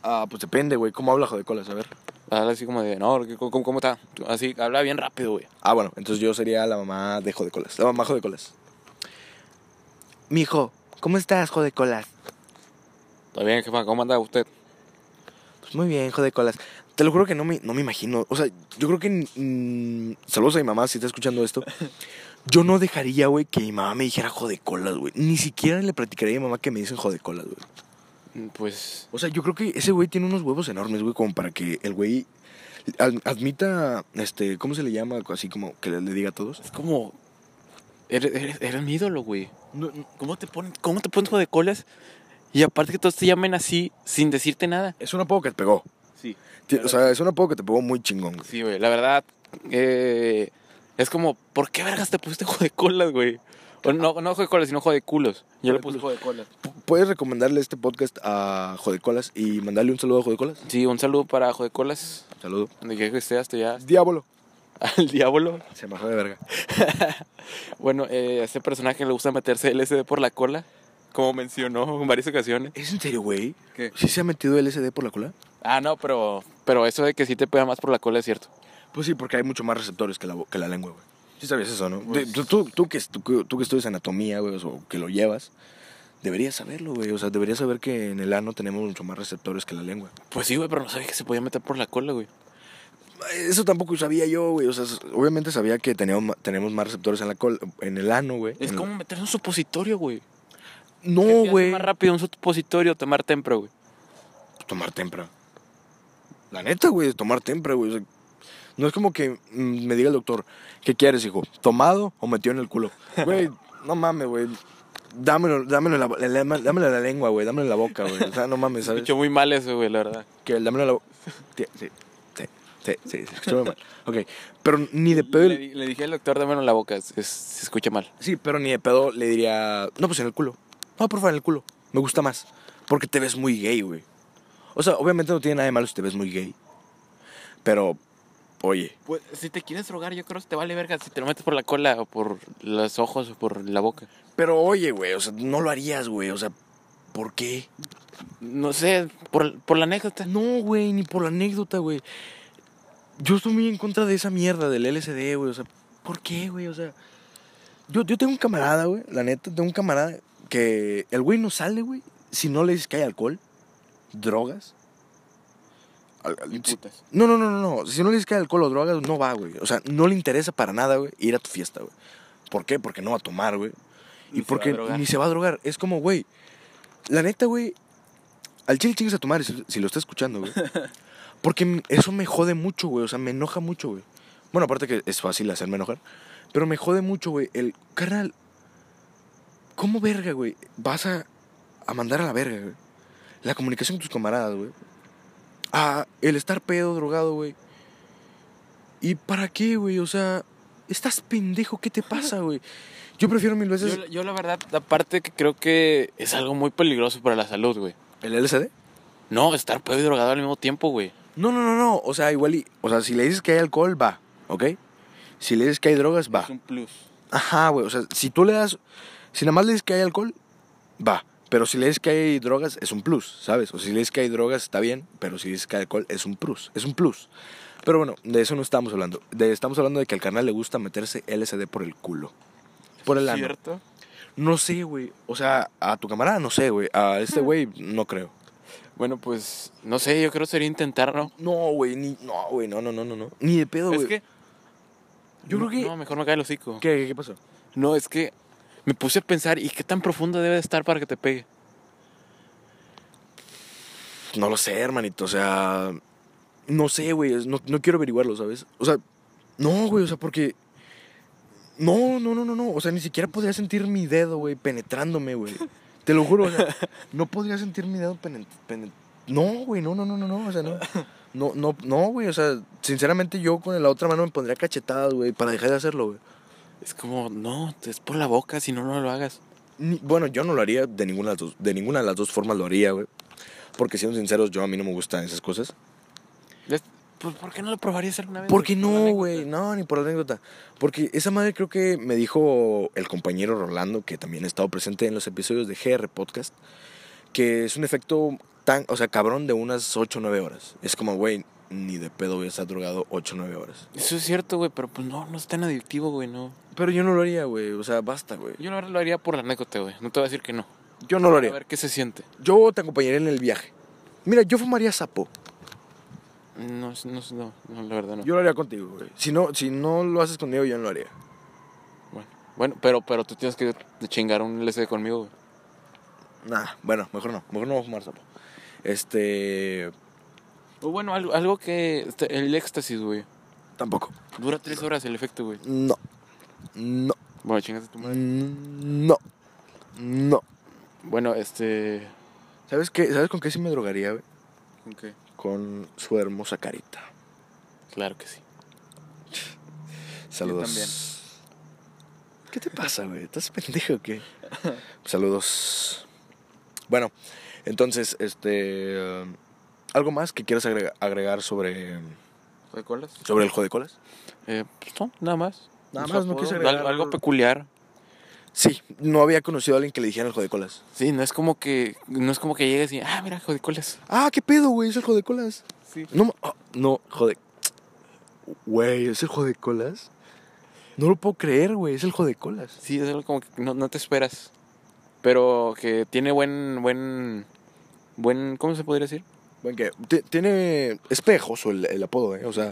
Speaker 1: Ah, pues depende, güey. ¿Cómo habla jodecolas? A ver.
Speaker 2: Habla así como de, no, ¿qué- ¿cómo, cómo, cómo está? Así, habla bien rápido, güey.
Speaker 1: Ah, bueno, entonces yo sería la mamá de jodecolas. La mamá jodecolas. Mijo, ¿cómo estás, jodecolas?
Speaker 2: Está bien, jefa, ¿cómo anda usted?
Speaker 1: Pues muy bien, jodecolas. Te lo juro que no me, no me imagino. O sea, yo creo que. mm, saludos a mi mamá si está escuchando esto. Yo no dejaría, güey, que mi mamá me dijera jodecolas, güey. Ni siquiera le platicaría a mi mamá que me dicen jodecolas, güey.
Speaker 2: Mm, Pues,
Speaker 1: O sea, yo creo que ese güey tiene unos huevos enormes, güey, como para que el güey ad- admita, este, ¿cómo se le llama? Así como que le, le diga a todos.
Speaker 2: es como, eres, eres, eres mi ídolo, güey.
Speaker 1: No,
Speaker 2: ¿Cómo te ponen, cómo te ponen jodecolas? Y aparte que todos te llamen así, sin decirte nada.
Speaker 1: Es un apodo que te pegó.
Speaker 2: Sí.
Speaker 1: Ti- O sea, es un apodo que te pegó muy chingón, güey.
Speaker 2: Sí, güey, la verdad, eh, es como, ¿por qué vergas te pusiste jodecolas, güey? O no, no jodecolas, sino jodeculos. Yo le puse jodecolas.
Speaker 1: P- ¿Puedes recomendarle este podcast a Jodecolas y mandarle un saludo a Jodecolas?
Speaker 2: Sí, un saludo para jodecolas.
Speaker 1: Saludo.
Speaker 2: Donde quiera que estés, te ya
Speaker 1: Diablo.
Speaker 2: *laughs* al diablo.
Speaker 1: Se me bajó de verga.
Speaker 2: Bueno, eh, a este personaje le gusta meterse LSD por la cola, como mencionó en varias ocasiones.
Speaker 1: ¿Es en serio, güey?
Speaker 2: ¿Qué?
Speaker 1: ¿Sí se ha metido LSD por la cola?
Speaker 2: Ah, no, pero, pero eso de que sí te pega más por la cola es cierto.
Speaker 1: Pues sí, porque hay mucho más receptores que la, bo- que la lengua, güey. Sí sabías eso, ¿no?
Speaker 2: Pues-
Speaker 1: De- tú, tú- tú que, estu- que- tú que estudias anatomía, güey, o sea, o que lo llevas, deberías saberlo, güey. O sea, deberías saber que en el ano tenemos mucho más receptores que la lengua.
Speaker 2: Pues sí, güey, pero no sabía que se podía meter por la cola, güey.
Speaker 1: Eso tampoco sabía yo, güey. O sea, s- obviamente sabía que teníamos, ma- tenemos más receptores en la cola, en el ano, güey.
Speaker 2: Es
Speaker 1: En la-
Speaker 2: como meterse un supositorio, güey. ¿Qué te
Speaker 1: Mm. No,
Speaker 2: hace
Speaker 1: güey.
Speaker 2: Más rápido un supositorio o tomar tempra, güey.
Speaker 1: Tomar tempra. La neta, güey, tomar tempra, güey. O sea, no es como que mm, me diga el doctor, ¿qué quieres, hijo? ¿Tomado o metido en el culo? Güey, no mames, güey. Dámelo, dámelo, en la, bo- en la- dámelo en la lengua, güey. Dámelo en la boca, güey. O sea, no mames, ¿sabes?
Speaker 2: Escucho muy mal eso, güey, la verdad.
Speaker 1: Que el dámelo en la boca. Sí, sí, sí, sí, sí, se escuchó muy mal. Ok, pero ni de pedo...
Speaker 2: Le, di- le dije al doctor, dámelo en la boca, es- es- se escucha mal.
Speaker 1: Sí, pero ni de pedo le diría, no, pues en el culo. No, por favor, en el culo. Me gusta más. Porque te ves muy gay, güey. O sea, obviamente no tiene nada de malo si te ves muy gay. Pero, oye,
Speaker 2: Pues, si te quieres drogar, yo creo que te vale verga si te lo metes por la cola o por los ojos o por la boca.
Speaker 1: pero oye, güey, o sea, no lo harías, güey. O sea, ¿por qué?
Speaker 2: No sé, por, por la anécdota.
Speaker 1: No, güey, ni por la anécdota, güey. Yo estoy muy en contra de esa mierda del LSD, güey. O sea, ¿por qué, güey? O sea, yo, yo tengo un camarada, güey. La neta, tengo un camarada que el güey no sale, güey, si no le dices que hay alcohol, drogas. Al- al-
Speaker 2: Ni
Speaker 1: si-
Speaker 2: putas.
Speaker 1: no, no, no, no, no. Si no le dices que hay alcohol o drogas, no va, güey. O sea, no le interesa para nada, güey, ir a tu fiesta, güey. ¿Por qué? Porque no va a tomar, güey.
Speaker 2: Ni
Speaker 1: Y
Speaker 2: se
Speaker 1: porque
Speaker 2: va a drogar.
Speaker 1: ni se va a drogar. Es como, güey. La neta, güey. Al chile chingues a tu madre si, si lo está escuchando,
Speaker 2: *laughs*
Speaker 1: güey. Porque eso me jode mucho, güey. O sea, me enoja mucho, güey. Bueno, aparte que es fácil hacerme enojar. Pero me jode mucho, güey. El carnal. ¿Cómo verga, güey? Vas a, a mandar a la verga, güey. La comunicación con tus camaradas, güey. A el estar pedo, drogado, güey. ¿Y para qué, güey? O sea, estás pendejo. ¿Qué te
Speaker 2: *laughs*
Speaker 1: pasa, güey? Yo prefiero mil veces.
Speaker 2: Yo, yo la verdad, aparte que creo que es algo muy peligroso para la salud, güey.
Speaker 1: ¿El LSD?
Speaker 2: No, estar pedo y drogado al mismo tiempo, güey.
Speaker 1: No, no, no, no. O sea, igual y. O sea, si le dices que hay alcohol, va, ¿ok? Si le dices que hay drogas, va.
Speaker 2: plus.
Speaker 1: Ajá, güey. O sea, si tú le das. Si nada más le dices que hay alcohol, va. Pero si le dices que hay drogas, es un plus, ¿sabes? O si le dices que hay drogas, está bien, pero si dices que hay alcohol, es un plus, es un plus. Pero bueno, de eso no estamos hablando. De- estamos hablando de que al carnal le gusta meterse LSD por el culo. Por el ano.
Speaker 2: ¿Cierto?
Speaker 1: No sé, güey. O sea, a tu camarada no sé, güey. A este güey no creo.
Speaker 2: Bueno, pues, no sé, yo creo que sería intentarlo.
Speaker 1: No, güey, ni no, güey, no, no, no, no, no. Ni de pedo, güey.
Speaker 2: es que...
Speaker 1: yo creo que
Speaker 2: No, mejor me cae el hocico.
Speaker 1: ¿Qué, qué, qué pasó?
Speaker 2: No, es que me puse a pensar, ¿y qué tan profundo debe de estar para que te pegue?
Speaker 1: No lo sé, hermanito, o sea, no sé, güey, es- no, no quiero averiguarlo, ¿sabes? O sea, no, güey, o sea, porque no, no, no, no, no, o sea, ni siquiera podría sentir mi dedo, güey, penetrándome, güey. Te lo juro, o sea, no podría sentir mi dedo penetrando. No, güey, no, no, no, no, no, o sea, no. No, no, no, güey, o sea, sinceramente yo con la otra mano me pondría cachetadas, güey, para dejar de hacerlo, güey.
Speaker 2: Es como, no, es por la boca, si no, no lo hagas.
Speaker 1: Ni- Bueno, yo no lo haría de ninguna de las dos, de ninguna de las dos formas lo haría, güey. Porque siendo sinceros, yo a mí no me gustan esas cosas.
Speaker 2: Les- Pues, ¿por qué no lo probarías alguna vez?
Speaker 1: Porque
Speaker 2: Por la
Speaker 1: no,
Speaker 2: anécdota.
Speaker 1: güey, no, ni por la anécdota. Porque esa madre creo que me dijo el compañero Rolando, que también ha estado presente en los episodios de GR Podcast, que es un efecto tan, o sea, cabrón de unas 8 o 9 horas. Es como, güey, ni de pedo voy a estar drogado 8 o 9 horas.
Speaker 2: Eso es cierto, güey, pero pues no, no es tan adictivo, güey, no.
Speaker 1: Pero yo no lo haría, güey, o sea, basta, güey.
Speaker 2: Yo la verdad lo haría por la anécdota, güey. No te voy a decir que no.
Speaker 1: Yo no lo
Speaker 2: A
Speaker 1: haría.
Speaker 2: ver qué se siente.
Speaker 1: Yo te acompañaría en el viaje. Mira, yo fumaría sapo.
Speaker 2: No, es- no, es- no, no, la verdad no.
Speaker 1: Yo lo haría contigo, güey. Si no, si no lo haces conmigo, yo no lo haría.
Speaker 2: Bueno, bueno, pero, pero tú tienes que chingar un LSD conmigo, güey.
Speaker 1: Nah, bueno, mejor no. Mejor no voy a fumar sapo. Este.
Speaker 2: O bueno, algo, algo que... este, El éxtasis, güey.
Speaker 1: Tampoco.
Speaker 2: Dura tres horas el efecto, güey.
Speaker 1: No. No.
Speaker 2: Bueno, chingaste tu madre.
Speaker 1: No. No.
Speaker 2: Bueno, este...
Speaker 1: ¿Sabes qué? ¿Sabes con qué sí me drogaría, güey?
Speaker 2: ¿Con qué?
Speaker 1: Con su hermosa carita.
Speaker 2: Claro que sí.
Speaker 1: Saludos.
Speaker 2: también.
Speaker 1: ¿Qué te pasa, güey? ¿Estás pendejo o qué? Saludos. Bueno, entonces, este. eh, ¿Algo más que quieras agrega- agregar sobre,
Speaker 2: ¿Recuerdas?
Speaker 1: sobre el jodecolas?
Speaker 2: Eh, pues no, nada más.
Speaker 1: Nada
Speaker 2: Su
Speaker 1: más, no
Speaker 2: apodo,
Speaker 1: quise
Speaker 2: algo-
Speaker 1: agregar
Speaker 2: Algo
Speaker 1: algo.
Speaker 2: peculiar.
Speaker 1: Sí, no había conocido a alguien que le dijera el jodecolas.
Speaker 2: Sí, no es como que... No es como que llegues y... Ah, mira, jodicoles.
Speaker 1: Ah, qué pedo, güey, es el jodecolas.
Speaker 2: Sí.
Speaker 1: No, ma- ah, no, joder. Güey, ¿es el jodecolas? No lo puedo creer, güey, es el jodecolas.
Speaker 2: Sí, es algo como que no, no te esperas. Pero que tiene buen, buen, buen, ¿cómo se podría decir?
Speaker 1: Bueno, que ti- tiene espejos el, el apodo, ¿eh? O sea,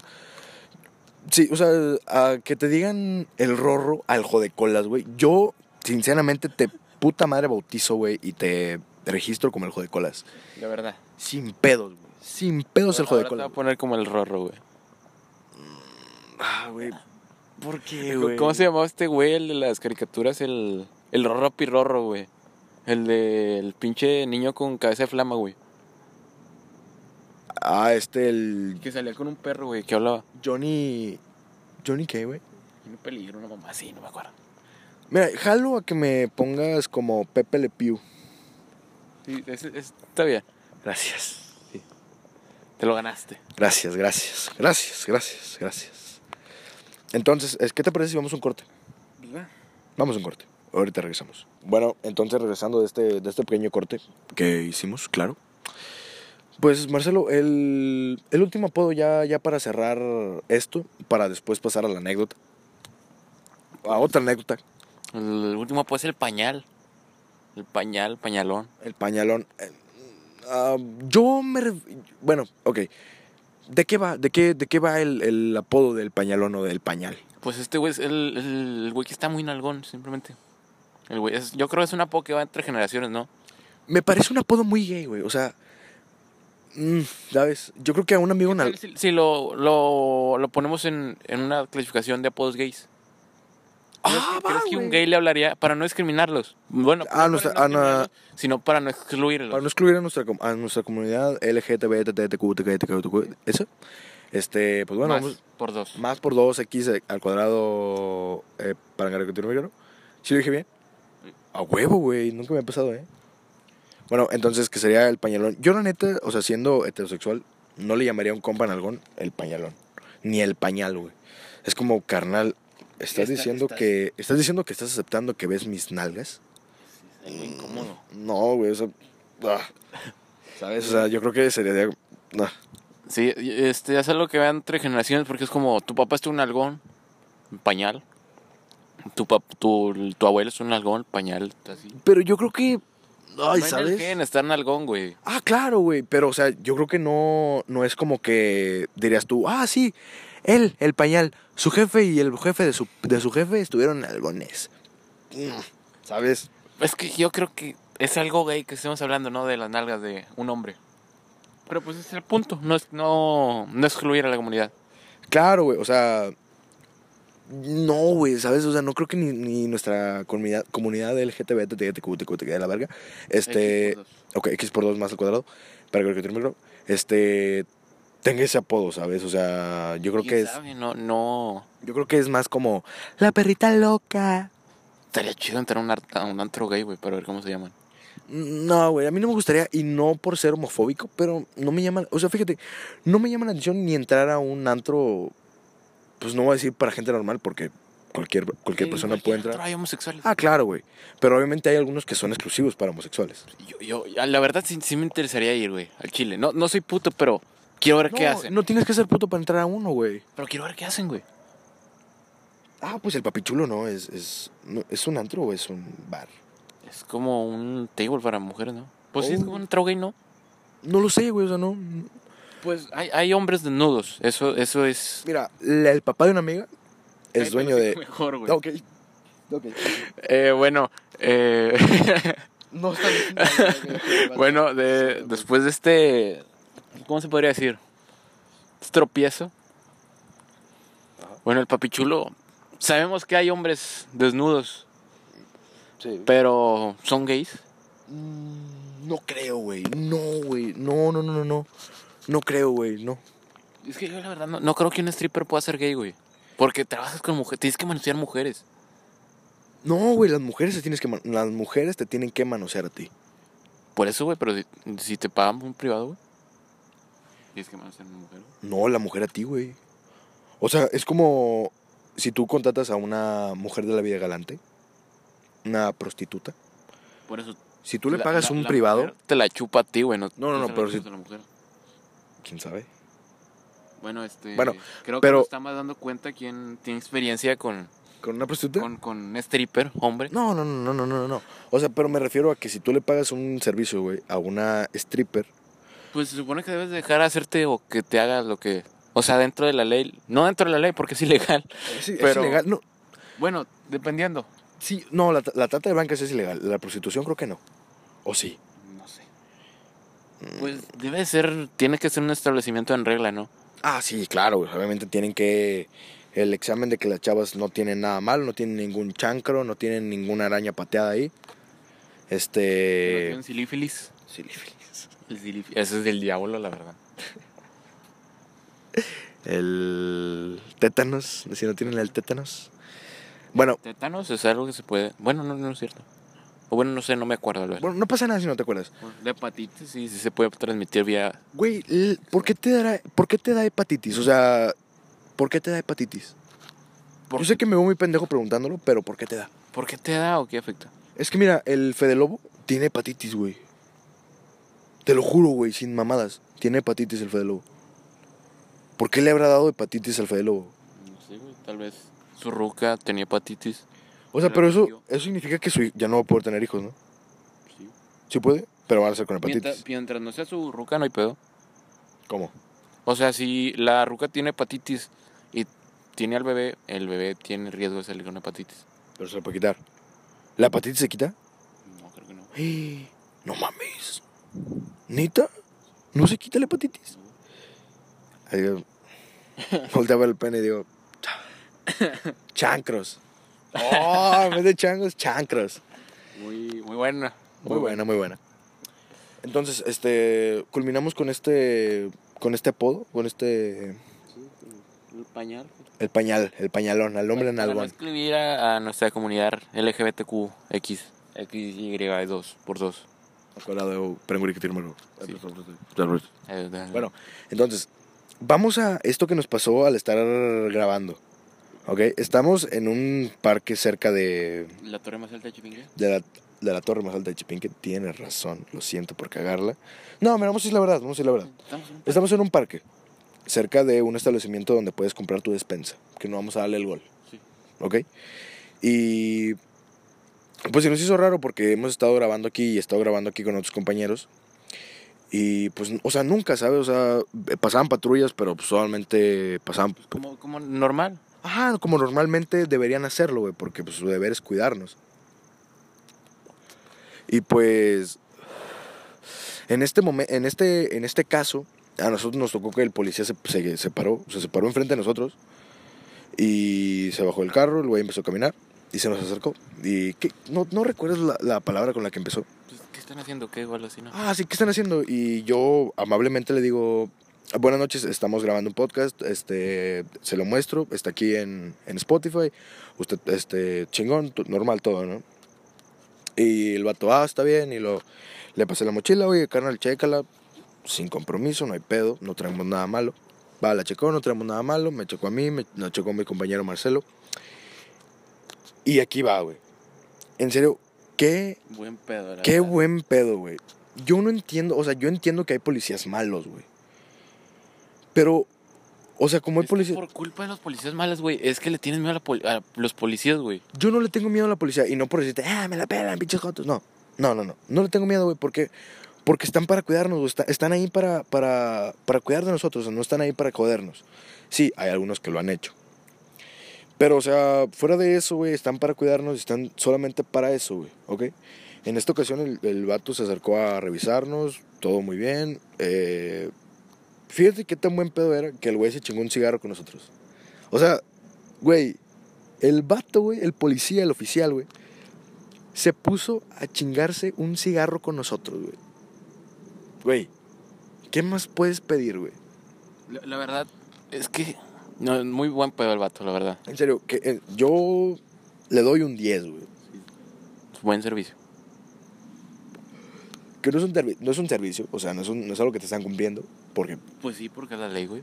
Speaker 1: sí, o sea, a que te digan el rorro al jodecolas, güey. Yo, sinceramente, te puta madre bautizo, güey, y te registro como el jodecolas.
Speaker 2: La verdad.
Speaker 1: Sin pedos, güey. Sin pedos el
Speaker 2: Ahora te voy
Speaker 1: jodecolas.
Speaker 2: a poner como el rorro, güey.
Speaker 1: Ah, güey. ¿Por qué,
Speaker 2: *laughs* ¿Cómo se llamaba este güey, el de las caricaturas? El, el rorro pirrorro, güey. El del pinche niño con cabeza de flama, güey.
Speaker 1: Ah, este, el
Speaker 2: Que salía con un perro, güey, que hablaba.
Speaker 1: Johnny... ¿Johnny qué, güey?
Speaker 2: Un peligro, una mamá así, no me acuerdo.
Speaker 1: Mira, jalo a que me pongas como Pepe Le Pew.
Speaker 2: Sí, es, es- está bien.
Speaker 1: Gracias.
Speaker 2: Te lo ganaste.
Speaker 1: Gracias, gracias, gracias, gracias, gracias. Entonces, es- ¿qué te parece si vamos a un corte? Vamos a un corte. Ahorita regresamos. Bueno, entonces regresando de este, de este pequeño corte que hicimos, claro. Pues Marcelo, el, el último apodo ya, ya para cerrar esto, para después pasar a la anécdota. A otra anécdota.
Speaker 2: El último puede ser el pañal. El pañal, pañalón.
Speaker 1: El pañalón. eh, ah, yo me. ref- Bueno, ok. ¿De qué va, de qué, de qué va el, el apodo del pañalón o del pañal?
Speaker 2: Pues este güey es el, el güey que está muy nalgón, simplemente. El güey es- yo creo que es una apodo que va entre generaciones, ¿no?
Speaker 1: Me parece un apodo muy gay, güey. O sea. mm, ¿Sabes? Yo creo que a un amigo. nal-
Speaker 2: Si, si lo, lo, lo ponemos en, en una clasificación de apodos gays. ¿Crees,
Speaker 1: Ah,
Speaker 2: que- crees
Speaker 1: va,
Speaker 2: que un
Speaker 1: güey.
Speaker 2: gay le hablaría para no discriminarlos? Bueno,
Speaker 1: Ah, no
Speaker 2: para
Speaker 1: está- ah, no, no, no.
Speaker 2: discriminarlos, sino para no excluirlos.
Speaker 1: Para no excluir a nuestra, com- a nuestra comunidad LGTB, TTQ, TTQ, eso. Este, pues bueno,
Speaker 2: Más
Speaker 1: vamos-
Speaker 2: por dos.
Speaker 1: más por 2x al cuadrado eh, para ganar que tiene ¿Sí lo dije bien? A huevo, güey. Nunca me ha pasado, ¿eh? Bueno, entonces, que sería el pañalón. Yo, la neta, o sea, siendo heterosexual, no le llamaría a un compa nalgón el pañalón. Ni el pañal, güey. Es como, carnal, estás
Speaker 2: Esta-
Speaker 1: diciendo
Speaker 2: estás-
Speaker 1: que. Estás diciendo que estás aceptando que ves mis nalgas. Mm,
Speaker 2: Es muy incómodo.
Speaker 1: No, güey, o sea. ah, ¿Sabes? O sea, yo creo que sería. ah,
Speaker 2: Sí, y- este, es algo que vean entre generaciones porque es como tu papá es un algón, un pañal. Tu, pap- tu, tu abuelo es un algón, pañal, así.
Speaker 1: Pero yo creo que. Ay,
Speaker 2: no hay
Speaker 1: ¿sabes?
Speaker 2: en estar en algón, güey.
Speaker 1: Ah, claro, güey. Pero, o sea, yo creo que no, no es como que dirías tú, ah, sí, él, el pañal, su jefe y el jefe de su, de su jefe estuvieron algones. Mm, ¿Sabes?
Speaker 2: Es que yo creo que es algo gay que estemos hablando, ¿no? De las nalgas de un hombre. Pero pues ese es el punto, no, es, no, no excluir a la comunidad.
Speaker 1: Claro, güey. O sea, no, güey, ¿sabes? O sea, no creo que ni, ni nuestra comunidad, comunidad LGTB, TTQ, TQ, de la verga, este. Ok, X por 2 más al cuadrado, para que el micro, este. Tenga ese apodo, ¿sabes? O sea, yo creo que es.
Speaker 2: No, no.
Speaker 1: Yo creo que es más como la perrita loca.
Speaker 2: Estaría chido entrar a un, ar- a un antro gay, güey, para ver cómo se llaman.
Speaker 1: No, güey, a mí no me gustaría y no por ser homofóbico, pero no me llaman, o sea, fíjate, no me llama la atención ni entrar a un antro, pues no voy a decir para gente normal porque cualquier cualquier
Speaker 2: Sí,
Speaker 1: persona
Speaker 2: cualquier
Speaker 1: pues, puede entrar.
Speaker 2: antro hay homosexuales.
Speaker 1: Ah, claro, güey, pero obviamente hay algunos que son exclusivos para homosexuales.
Speaker 2: Yo, yo, a la verdad sí, sí me interesaría ir, güey, al Chile. No, no soy puto, pero quiero ver qué
Speaker 1: No,
Speaker 2: hacen.
Speaker 1: No tienes que ser puto para entrar a uno, güey.
Speaker 2: Pero quiero ver qué hacen, güey.
Speaker 1: Ah, pues el papichulo no es es no, es un antro o es un bar.
Speaker 2: Es como un table para mujeres, ¿no? Pues sí,
Speaker 1: Oh.
Speaker 2: es como un antro gay, ¿no?
Speaker 1: No lo sé, güey, o sea, no.
Speaker 2: Pues hay, hay hombres desnudos, eso, eso es...
Speaker 1: Mira, la- el papá de una amiga es
Speaker 2: Cállate el
Speaker 1: dueño de
Speaker 2: hocico Mejor, güey.
Speaker 1: Ok. Ok.
Speaker 2: Eh, bueno, eh, *laughs*
Speaker 1: No está diciendo nada, güey.
Speaker 2: bueno de- después de este, ¿cómo se podría decir? Este tropiezo.
Speaker 1: Ajá.
Speaker 2: Bueno, el papichulo, sabemos que hay hombres desnudos,
Speaker 1: Sí.
Speaker 2: pero ¿son gays?
Speaker 1: Mm, No creo, güey. No, güey. No, no, no, no, no. No creo, güey. No.
Speaker 2: Es que yo la verdad no, no creo que un stripper pueda ser gay, güey. Porque trabajas con mujeres, tienes que manosear mujeres.
Speaker 1: No, güey. Las mujeres te tienes que man- las mujeres te tienen que manosear a ti.
Speaker 2: Por eso, güey, pero si, si te pagan un privado, güey. Tienes que manosear a una mujer, güey.
Speaker 1: No, la mujer a ti, güey. O sea, es como si tú contratas a una mujer de la vida galante, una prostituta.
Speaker 2: Por eso.
Speaker 1: Si tú le
Speaker 2: la-
Speaker 1: pagas
Speaker 2: la-
Speaker 1: un
Speaker 2: la
Speaker 1: privado,
Speaker 2: mujer Te la chupa a ti, güey. No,
Speaker 1: No, no, no,
Speaker 2: se la
Speaker 1: pero
Speaker 2: chupas
Speaker 1: si-
Speaker 2: a la mujer.
Speaker 1: quién sabe.
Speaker 2: Bueno, este.
Speaker 1: Bueno,
Speaker 2: creo que
Speaker 1: pero-
Speaker 2: nos estamos dando cuenta quién tiene experiencia con,
Speaker 1: ¿Con una prostituta?
Speaker 2: con, con un stripper, hombre.
Speaker 1: No, no, no, no, no, no, no. O sea, pero me refiero a que si tú le pagas un servicio, güey, a una stripper.
Speaker 2: Pues se supone que debes dejar hacerte o que te hagas lo que. O sea, dentro de la ley. No dentro de la ley, porque es ilegal.
Speaker 1: Sí,
Speaker 2: Pero-
Speaker 1: es ilegal. No,
Speaker 2: Bueno, dependiendo.
Speaker 1: sí, no la, la trata de blancas es ilegal. La prostitución creo que no. ¿O sí?
Speaker 2: No sé. Pues debe ser, tiene que ser un establecimiento en regla, ¿no?
Speaker 1: Ah, sí, claro, güey. Obviamente tienen que. El examen de que las chavas no tienen nada mal, no tienen ningún chancro, no tienen ninguna araña pateada ahí. Este.
Speaker 2: En silífilis.
Speaker 1: Sí,
Speaker 2: El silífilis. Eso Eh, es del diablo, la verdad.
Speaker 1: El. Tétanos. Si no tienen el tétanos. Bueno,
Speaker 2: Tétanos es algo que se puede. Bueno, no, no es cierto. O bueno, no sé, no me acuerdo. La verdad.
Speaker 1: bueno, no pasa nada si no te acuerdas.
Speaker 2: La hepatitis sí, sí se puede transmitir vía.
Speaker 1: Güey, l- ¿por qué te dará, por qué te da hepatitis? O sea, ¿por qué te da hepatitis?
Speaker 2: ¿Por-
Speaker 1: Yo sé que me veo muy pendejo preguntándolo, pero ¿por qué te da?
Speaker 2: ¿Por qué te da o qué afecta?
Speaker 1: Es que mira, el Fede Lobo tiene hepatitis, güey. Te lo juro, güey, sin mamadas. Tiene hepatitis el Fede Lobo. ¿Por qué le habrá dado hepatitis al Fede Lobo?
Speaker 2: No sé, güey. Tal vez su ruca tenía hepatitis.
Speaker 1: O sea, pero
Speaker 2: Claro que
Speaker 1: eso,
Speaker 2: yo.
Speaker 1: eso significa que su hij- ya no va a poder tener hijos, ¿no? Sí puede, pero van a ser con hepatitis.
Speaker 2: Mientras, mientras no sea su ruca, no hay pedo.
Speaker 1: ¿Cómo?
Speaker 2: O sea, si la ruca tiene hepatitis y tiene al bebé, el bebé tiene riesgo de salir con hepatitis.
Speaker 1: Pero se lo puede quitar. ¿La hepatitis se quita?
Speaker 2: No, creo que no.
Speaker 1: No mames. ¿Nita? ¿No se quita la hepatitis? Ahí *laughs* yo- volteaba el pene y digo, "Cha- chancros. Oh, en vez de changos, chancros.
Speaker 2: Muy, muy buena.
Speaker 1: Muy buena, muy buena. Entonces, este, culminamos con este, con este apodo, con este,
Speaker 2: El pañal.
Speaker 1: el pañal, el pañalón, al hombre en
Speaker 2: Para no
Speaker 1: algón.
Speaker 2: escribir a, a nuestra comunidad LGBTQX. XY2 por 2.
Speaker 1: Acordado, prenguri que tiene malo.
Speaker 2: Sí. Eh, eh,
Speaker 1: Bueno, Entonces, vamos a esto que nos pasó al estar grabando. ¿Ok? Estamos en un parque cerca de,
Speaker 2: La torre más alta de Chipinque.
Speaker 1: de la, de la torre más alta de Chipinque tiene razón. Lo siento por cagarla. No, mira, vamos a decir la verdad, vamos a decir la verdad.
Speaker 2: Estamos en-
Speaker 1: Estamos en un parque, cerca de un establecimiento donde puedes comprar tu despensa, que no vamos a darle el gol.
Speaker 2: Sí.
Speaker 1: ¿ok? Y pues se nos hizo raro porque hemos estado grabando aquí y he estado grabando aquí con otros compañeros. Y pues, o sea, nunca, ¿sabes? O sea, pasaban patrullas, pero pues, solamente pasaban...
Speaker 2: Como, como normal.
Speaker 1: Ajá, como normalmente deberían hacerlo, güey, porque pues, su deber es cuidarnos. Y pues, en este, momen- en este, en este caso, a nosotros nos tocó que el policía se, se, se paró, o sea, se paró enfrente de nosotros y se bajó del carro, el güey empezó a caminar y se nos acercó. ¿Y ¿qué? ¿No, no recuerdas la, la palabra con la que empezó?
Speaker 2: Pues, ¿Qué están haciendo? ¿Qué igual así no?
Speaker 1: Ah, sí, ¿qué están haciendo? Y yo amablemente le digo, buenas noches, estamos grabando un podcast, este, se lo muestro, está aquí en, en Spotify, usted, este, chingón, tu- normal todo, ¿no? Y el vato, ah, está bien, y lo, le pasé la mochila, oye, carnal, chécala, sin compromiso, no hay pedo, no traemos nada malo. Va, la checó, no traemos nada malo, me checó a mí, me, la checó a mi compañero Marcelo. Y aquí va, güey. En serio, ¿qué
Speaker 2: Buen pedo. la
Speaker 1: Qué
Speaker 2: verdad.
Speaker 1: buen pedo, güey. Yo no entiendo, o sea, yo entiendo que hay policías malos, güey. Pero, o sea, como hay
Speaker 2: Es que
Speaker 1: policías...
Speaker 2: Por culpa de los policías malos, güey. Es que le tienes miedo a, la poli- a los policías, güey.
Speaker 1: Yo no le tengo miedo a la policía y no por decirte, ah, me la pelan, pinches jotos. No, no, no, no. No le tengo miedo, güey, porque, porque están para cuidarnos, güey. Está- están ahí para, para, para cuidar de nosotros, no están ahí para jodernos. Sí, hay algunos que lo han hecho. Pero, o sea, fuera de eso, güey, están para cuidarnos, están solamente para eso, güey, ¿ok? En esta ocasión el, el vato se acercó a revisarnos, todo muy bien. eh, fíjate qué tan buen pedo era que el güey se chingó un cigarro con nosotros. O sea, güey, el vato, güey, el policía, el oficial, güey, se puso a chingarse un cigarro con nosotros, güey. Güey, ¿qué más puedes pedir, güey?
Speaker 2: La, la verdad, es que. No, es muy buen pedo el vato, la verdad.
Speaker 1: En serio, que eh, yo le doy un 10, güey.
Speaker 2: Buen servicio.
Speaker 1: Que no es, un tervi- no es un servicio, o sea, no es, un- no es algo que te están cumpliendo, porque,
Speaker 2: Pues sí, porque es la ley, güey.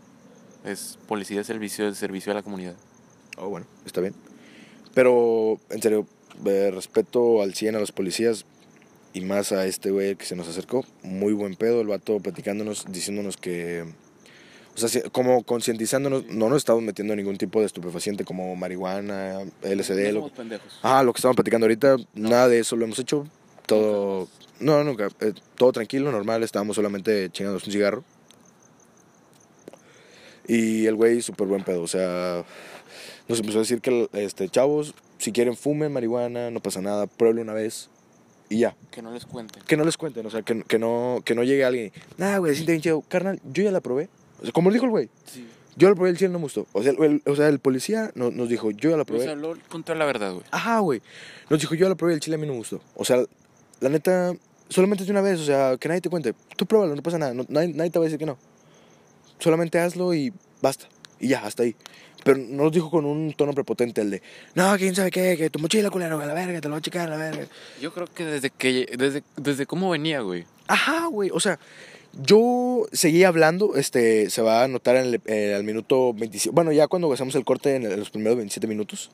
Speaker 2: Es policía de servicio, de servicio a la comunidad.
Speaker 1: oh, bueno, está bien. Pero, en serio, eh, respeto al 100 a los policías y más a este güey que se nos acercó. Muy buen pedo, el vato platicándonos, diciéndonos que. O sea, si- como concientizándonos, no nos estamos metiendo ningún tipo de estupefaciente como marihuana, LSD, lo,
Speaker 2: pendejos.
Speaker 1: Ah, lo que estamos platicando ahorita, nada de eso lo hemos hecho. Todo. No, nunca. eh, todo tranquilo, normal. Estábamos solamente chingándonos un cigarro. Y el güey, súper buen pedo. O sea, nos empezó a decir que, este, chavos, si quieren fumen marihuana, no pasa nada, pruébelo una vez. Y ya.
Speaker 2: Que no les cuenten.
Speaker 1: Que no les cuenten, o sea, que, que no, que no llegue alguien. Nah, güey, siente bien chido. Carnal, yo ya la probé. O sea, como dijo el güey,
Speaker 2: Sí.
Speaker 1: yo la probé, el cielo no me gustó. O sea, el, el- o sea, el policía no- nos dijo, yo ya la probé.
Speaker 2: Pues habló con toda la verdad, güey.
Speaker 1: Ajá, güey. Nos dijo, yo la probé y el chile a mí no me gustó. O sea, la neta, solamente es de una vez, o sea, que nadie te cuente. Tú pruébalo, no pasa nada, no- nadie, nadie te va a decir que no. Solamente hazlo y basta. Y ya, hasta ahí. Pero no nos dijo con un tono prepotente el de, no, quién sabe qué, que tu mochila, culero, que la verga, te lo voy a checar, a la verga.
Speaker 2: Yo creo que desde que desde, desde cómo venía, güey.
Speaker 1: Ajá, güey. O sea, yo seguí hablando. Este, se va a notar en el, eh, al minuto 27. Bueno, ya cuando hacemos el corte en, el- en los primeros 27 minutos,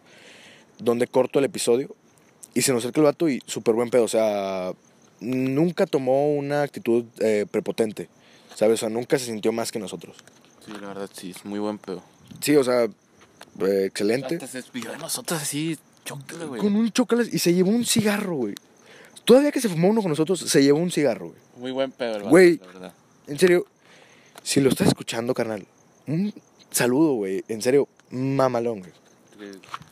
Speaker 1: donde corto el episodio. Y se nos acerca el vato y súper buen pedo. O sea, nunca tomó una actitud eh, prepotente. ¿Sabes? O sea, nunca se sintió más que nosotros.
Speaker 2: Sí, la verdad sí, es muy buen pedo.
Speaker 1: Sí, o sea, eh, excelente.
Speaker 2: Hasta se despidió de nosotros así, chócale, güey.
Speaker 1: Con un chocolate y se llevó un cigarro, güey. Todavía que se fumó uno con nosotros, se llevó un cigarro, güey.
Speaker 2: Muy buen pedo el vato,
Speaker 1: Güey.
Speaker 2: la verdad.
Speaker 1: En serio, si lo estás escuchando, carnal, un saludo, güey. En serio, mamalón, güey.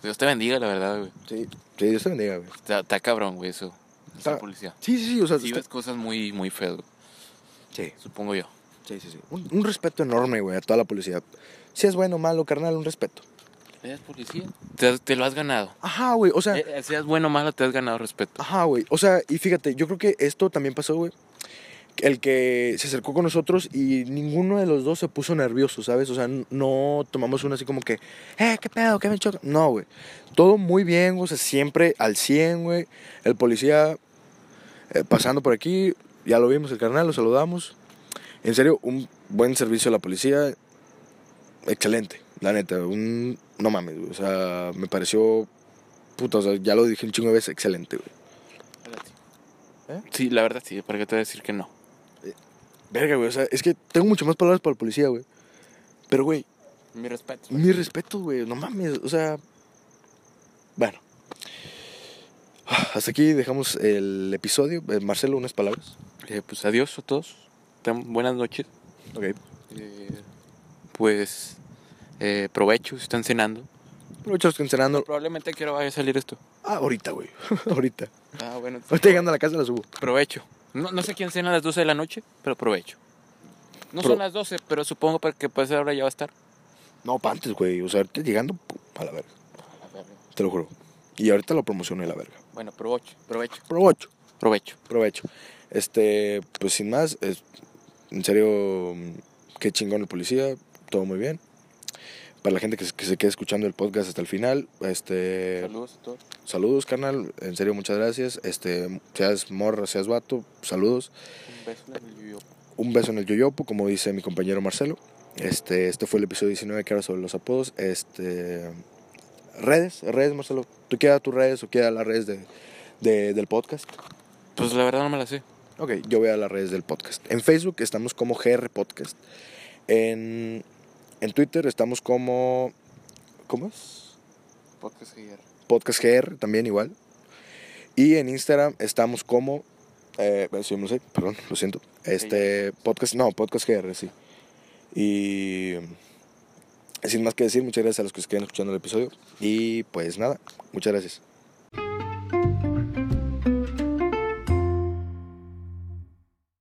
Speaker 2: Dios te bendiga, la verdad, güey.
Speaker 1: Sí. Sí, Dios te bendiga, güey.
Speaker 2: Está, está cabrón, güey, eso.
Speaker 1: Está-
Speaker 2: Esa policía.
Speaker 1: Sí, sí, sí, o sea,
Speaker 2: Sí
Speaker 1: está-
Speaker 2: ves cosas muy, muy feas, güey,
Speaker 1: sí,
Speaker 2: supongo yo.
Speaker 1: sí, sí, sí. Un, un respeto enorme, güey, a toda la policía. Si es bueno o malo, carnal, un respeto.
Speaker 2: ¿Eres policía? Te, te lo has ganado.
Speaker 1: Ajá, güey, o sea,
Speaker 2: Eh, eh, seas bueno o malo, te has ganado respeto.
Speaker 1: ajá, güey. O sea, y fíjate, yo creo que esto también pasó, güey. El que se acercó con nosotros y ninguno de los dos se puso nervioso, ¿sabes? O sea, n- no tomamos uno así como que, eh, qué pedo, qué me choca. No, güey. Todo muy bien, o sea, siempre al 100, güey. El policía eh, pasando por aquí, ya lo vimos el carnal, lo saludamos. En serio, un buen servicio a la policía, excelente, la neta, un, no mames, güey, o sea, me pareció, puta, o sea, ya lo dije un chingo de veces, excelente, güey.
Speaker 2: Ahora sí.
Speaker 1: ¿Eh?
Speaker 2: Sí, la verdad sí, ¿para qué te voy a decir que no?
Speaker 1: Verga, güey. O sea, es que tengo mucho más palabras para el policía, güey. Pero, güey,
Speaker 2: Mi respeto.
Speaker 1: mi respeto, güey. No mames. O sea. Bueno. Hasta aquí dejamos el episodio. Eh, Marcelo, unas palabras.
Speaker 2: Eh, pues adiós a todos. Ten- buenas noches.
Speaker 1: Ok.
Speaker 2: Eh, pues eh, provecho, si están cenando.
Speaker 1: Aprovecho los que están cenando.
Speaker 2: Probablemente quiero vaya a salir esto.
Speaker 1: Ah, ahorita, güey. *laughs* ahorita.
Speaker 2: Ah, bueno.
Speaker 1: Ahorita llegando a la casa la subo.
Speaker 2: Provecho. No, no sé quién cena a las 12 de la noche, pero provecho. No
Speaker 1: Pro-
Speaker 2: son las 12, pero supongo para que pase ahora ya va a estar.
Speaker 1: No, pa' antes, güey. O sea, ahorita llegando pum, a la verga. Te lo juro. Y ahorita lo promocioné la verga.
Speaker 2: Bueno, provecho, provecho,
Speaker 1: Provecho.
Speaker 2: provecho.
Speaker 1: Provecho. Este, pues sin más, es- en serio, mm, qué chingón el policía, todo muy bien. Para la gente que se, que se quede escuchando el podcast hasta el final, este,
Speaker 2: Saludos a todos.
Speaker 1: saludos, canal, en serio, muchas gracias. Este, seas morra, seas vato, saludos.
Speaker 2: Un beso en el yoyo.
Speaker 1: Un beso en el yoyopo, como dice mi compañero Marcelo. Este, este fue el episodio 19 que habla sobre los apodos. Este, redes, redes, Marcelo. ¿Tú queda tus redes o queda las redes de, de- del podcast?
Speaker 2: Pues la verdad no me la sé.
Speaker 1: Ok, yo voy a las redes del podcast. En Facebook estamos como GR Podcast. En, en Twitter estamos como. ¿Cómo es?
Speaker 2: Podcast ayer.
Speaker 1: Podcast GR, también igual. Y en Instagram estamos como. Eh, sí, no sé, perdón, lo siento. Este, podcast, no, podcast GR, sí. Y. Sin más que decir, muchas gracias a los que se queden escuchando el episodio. Y pues nada, muchas gracias.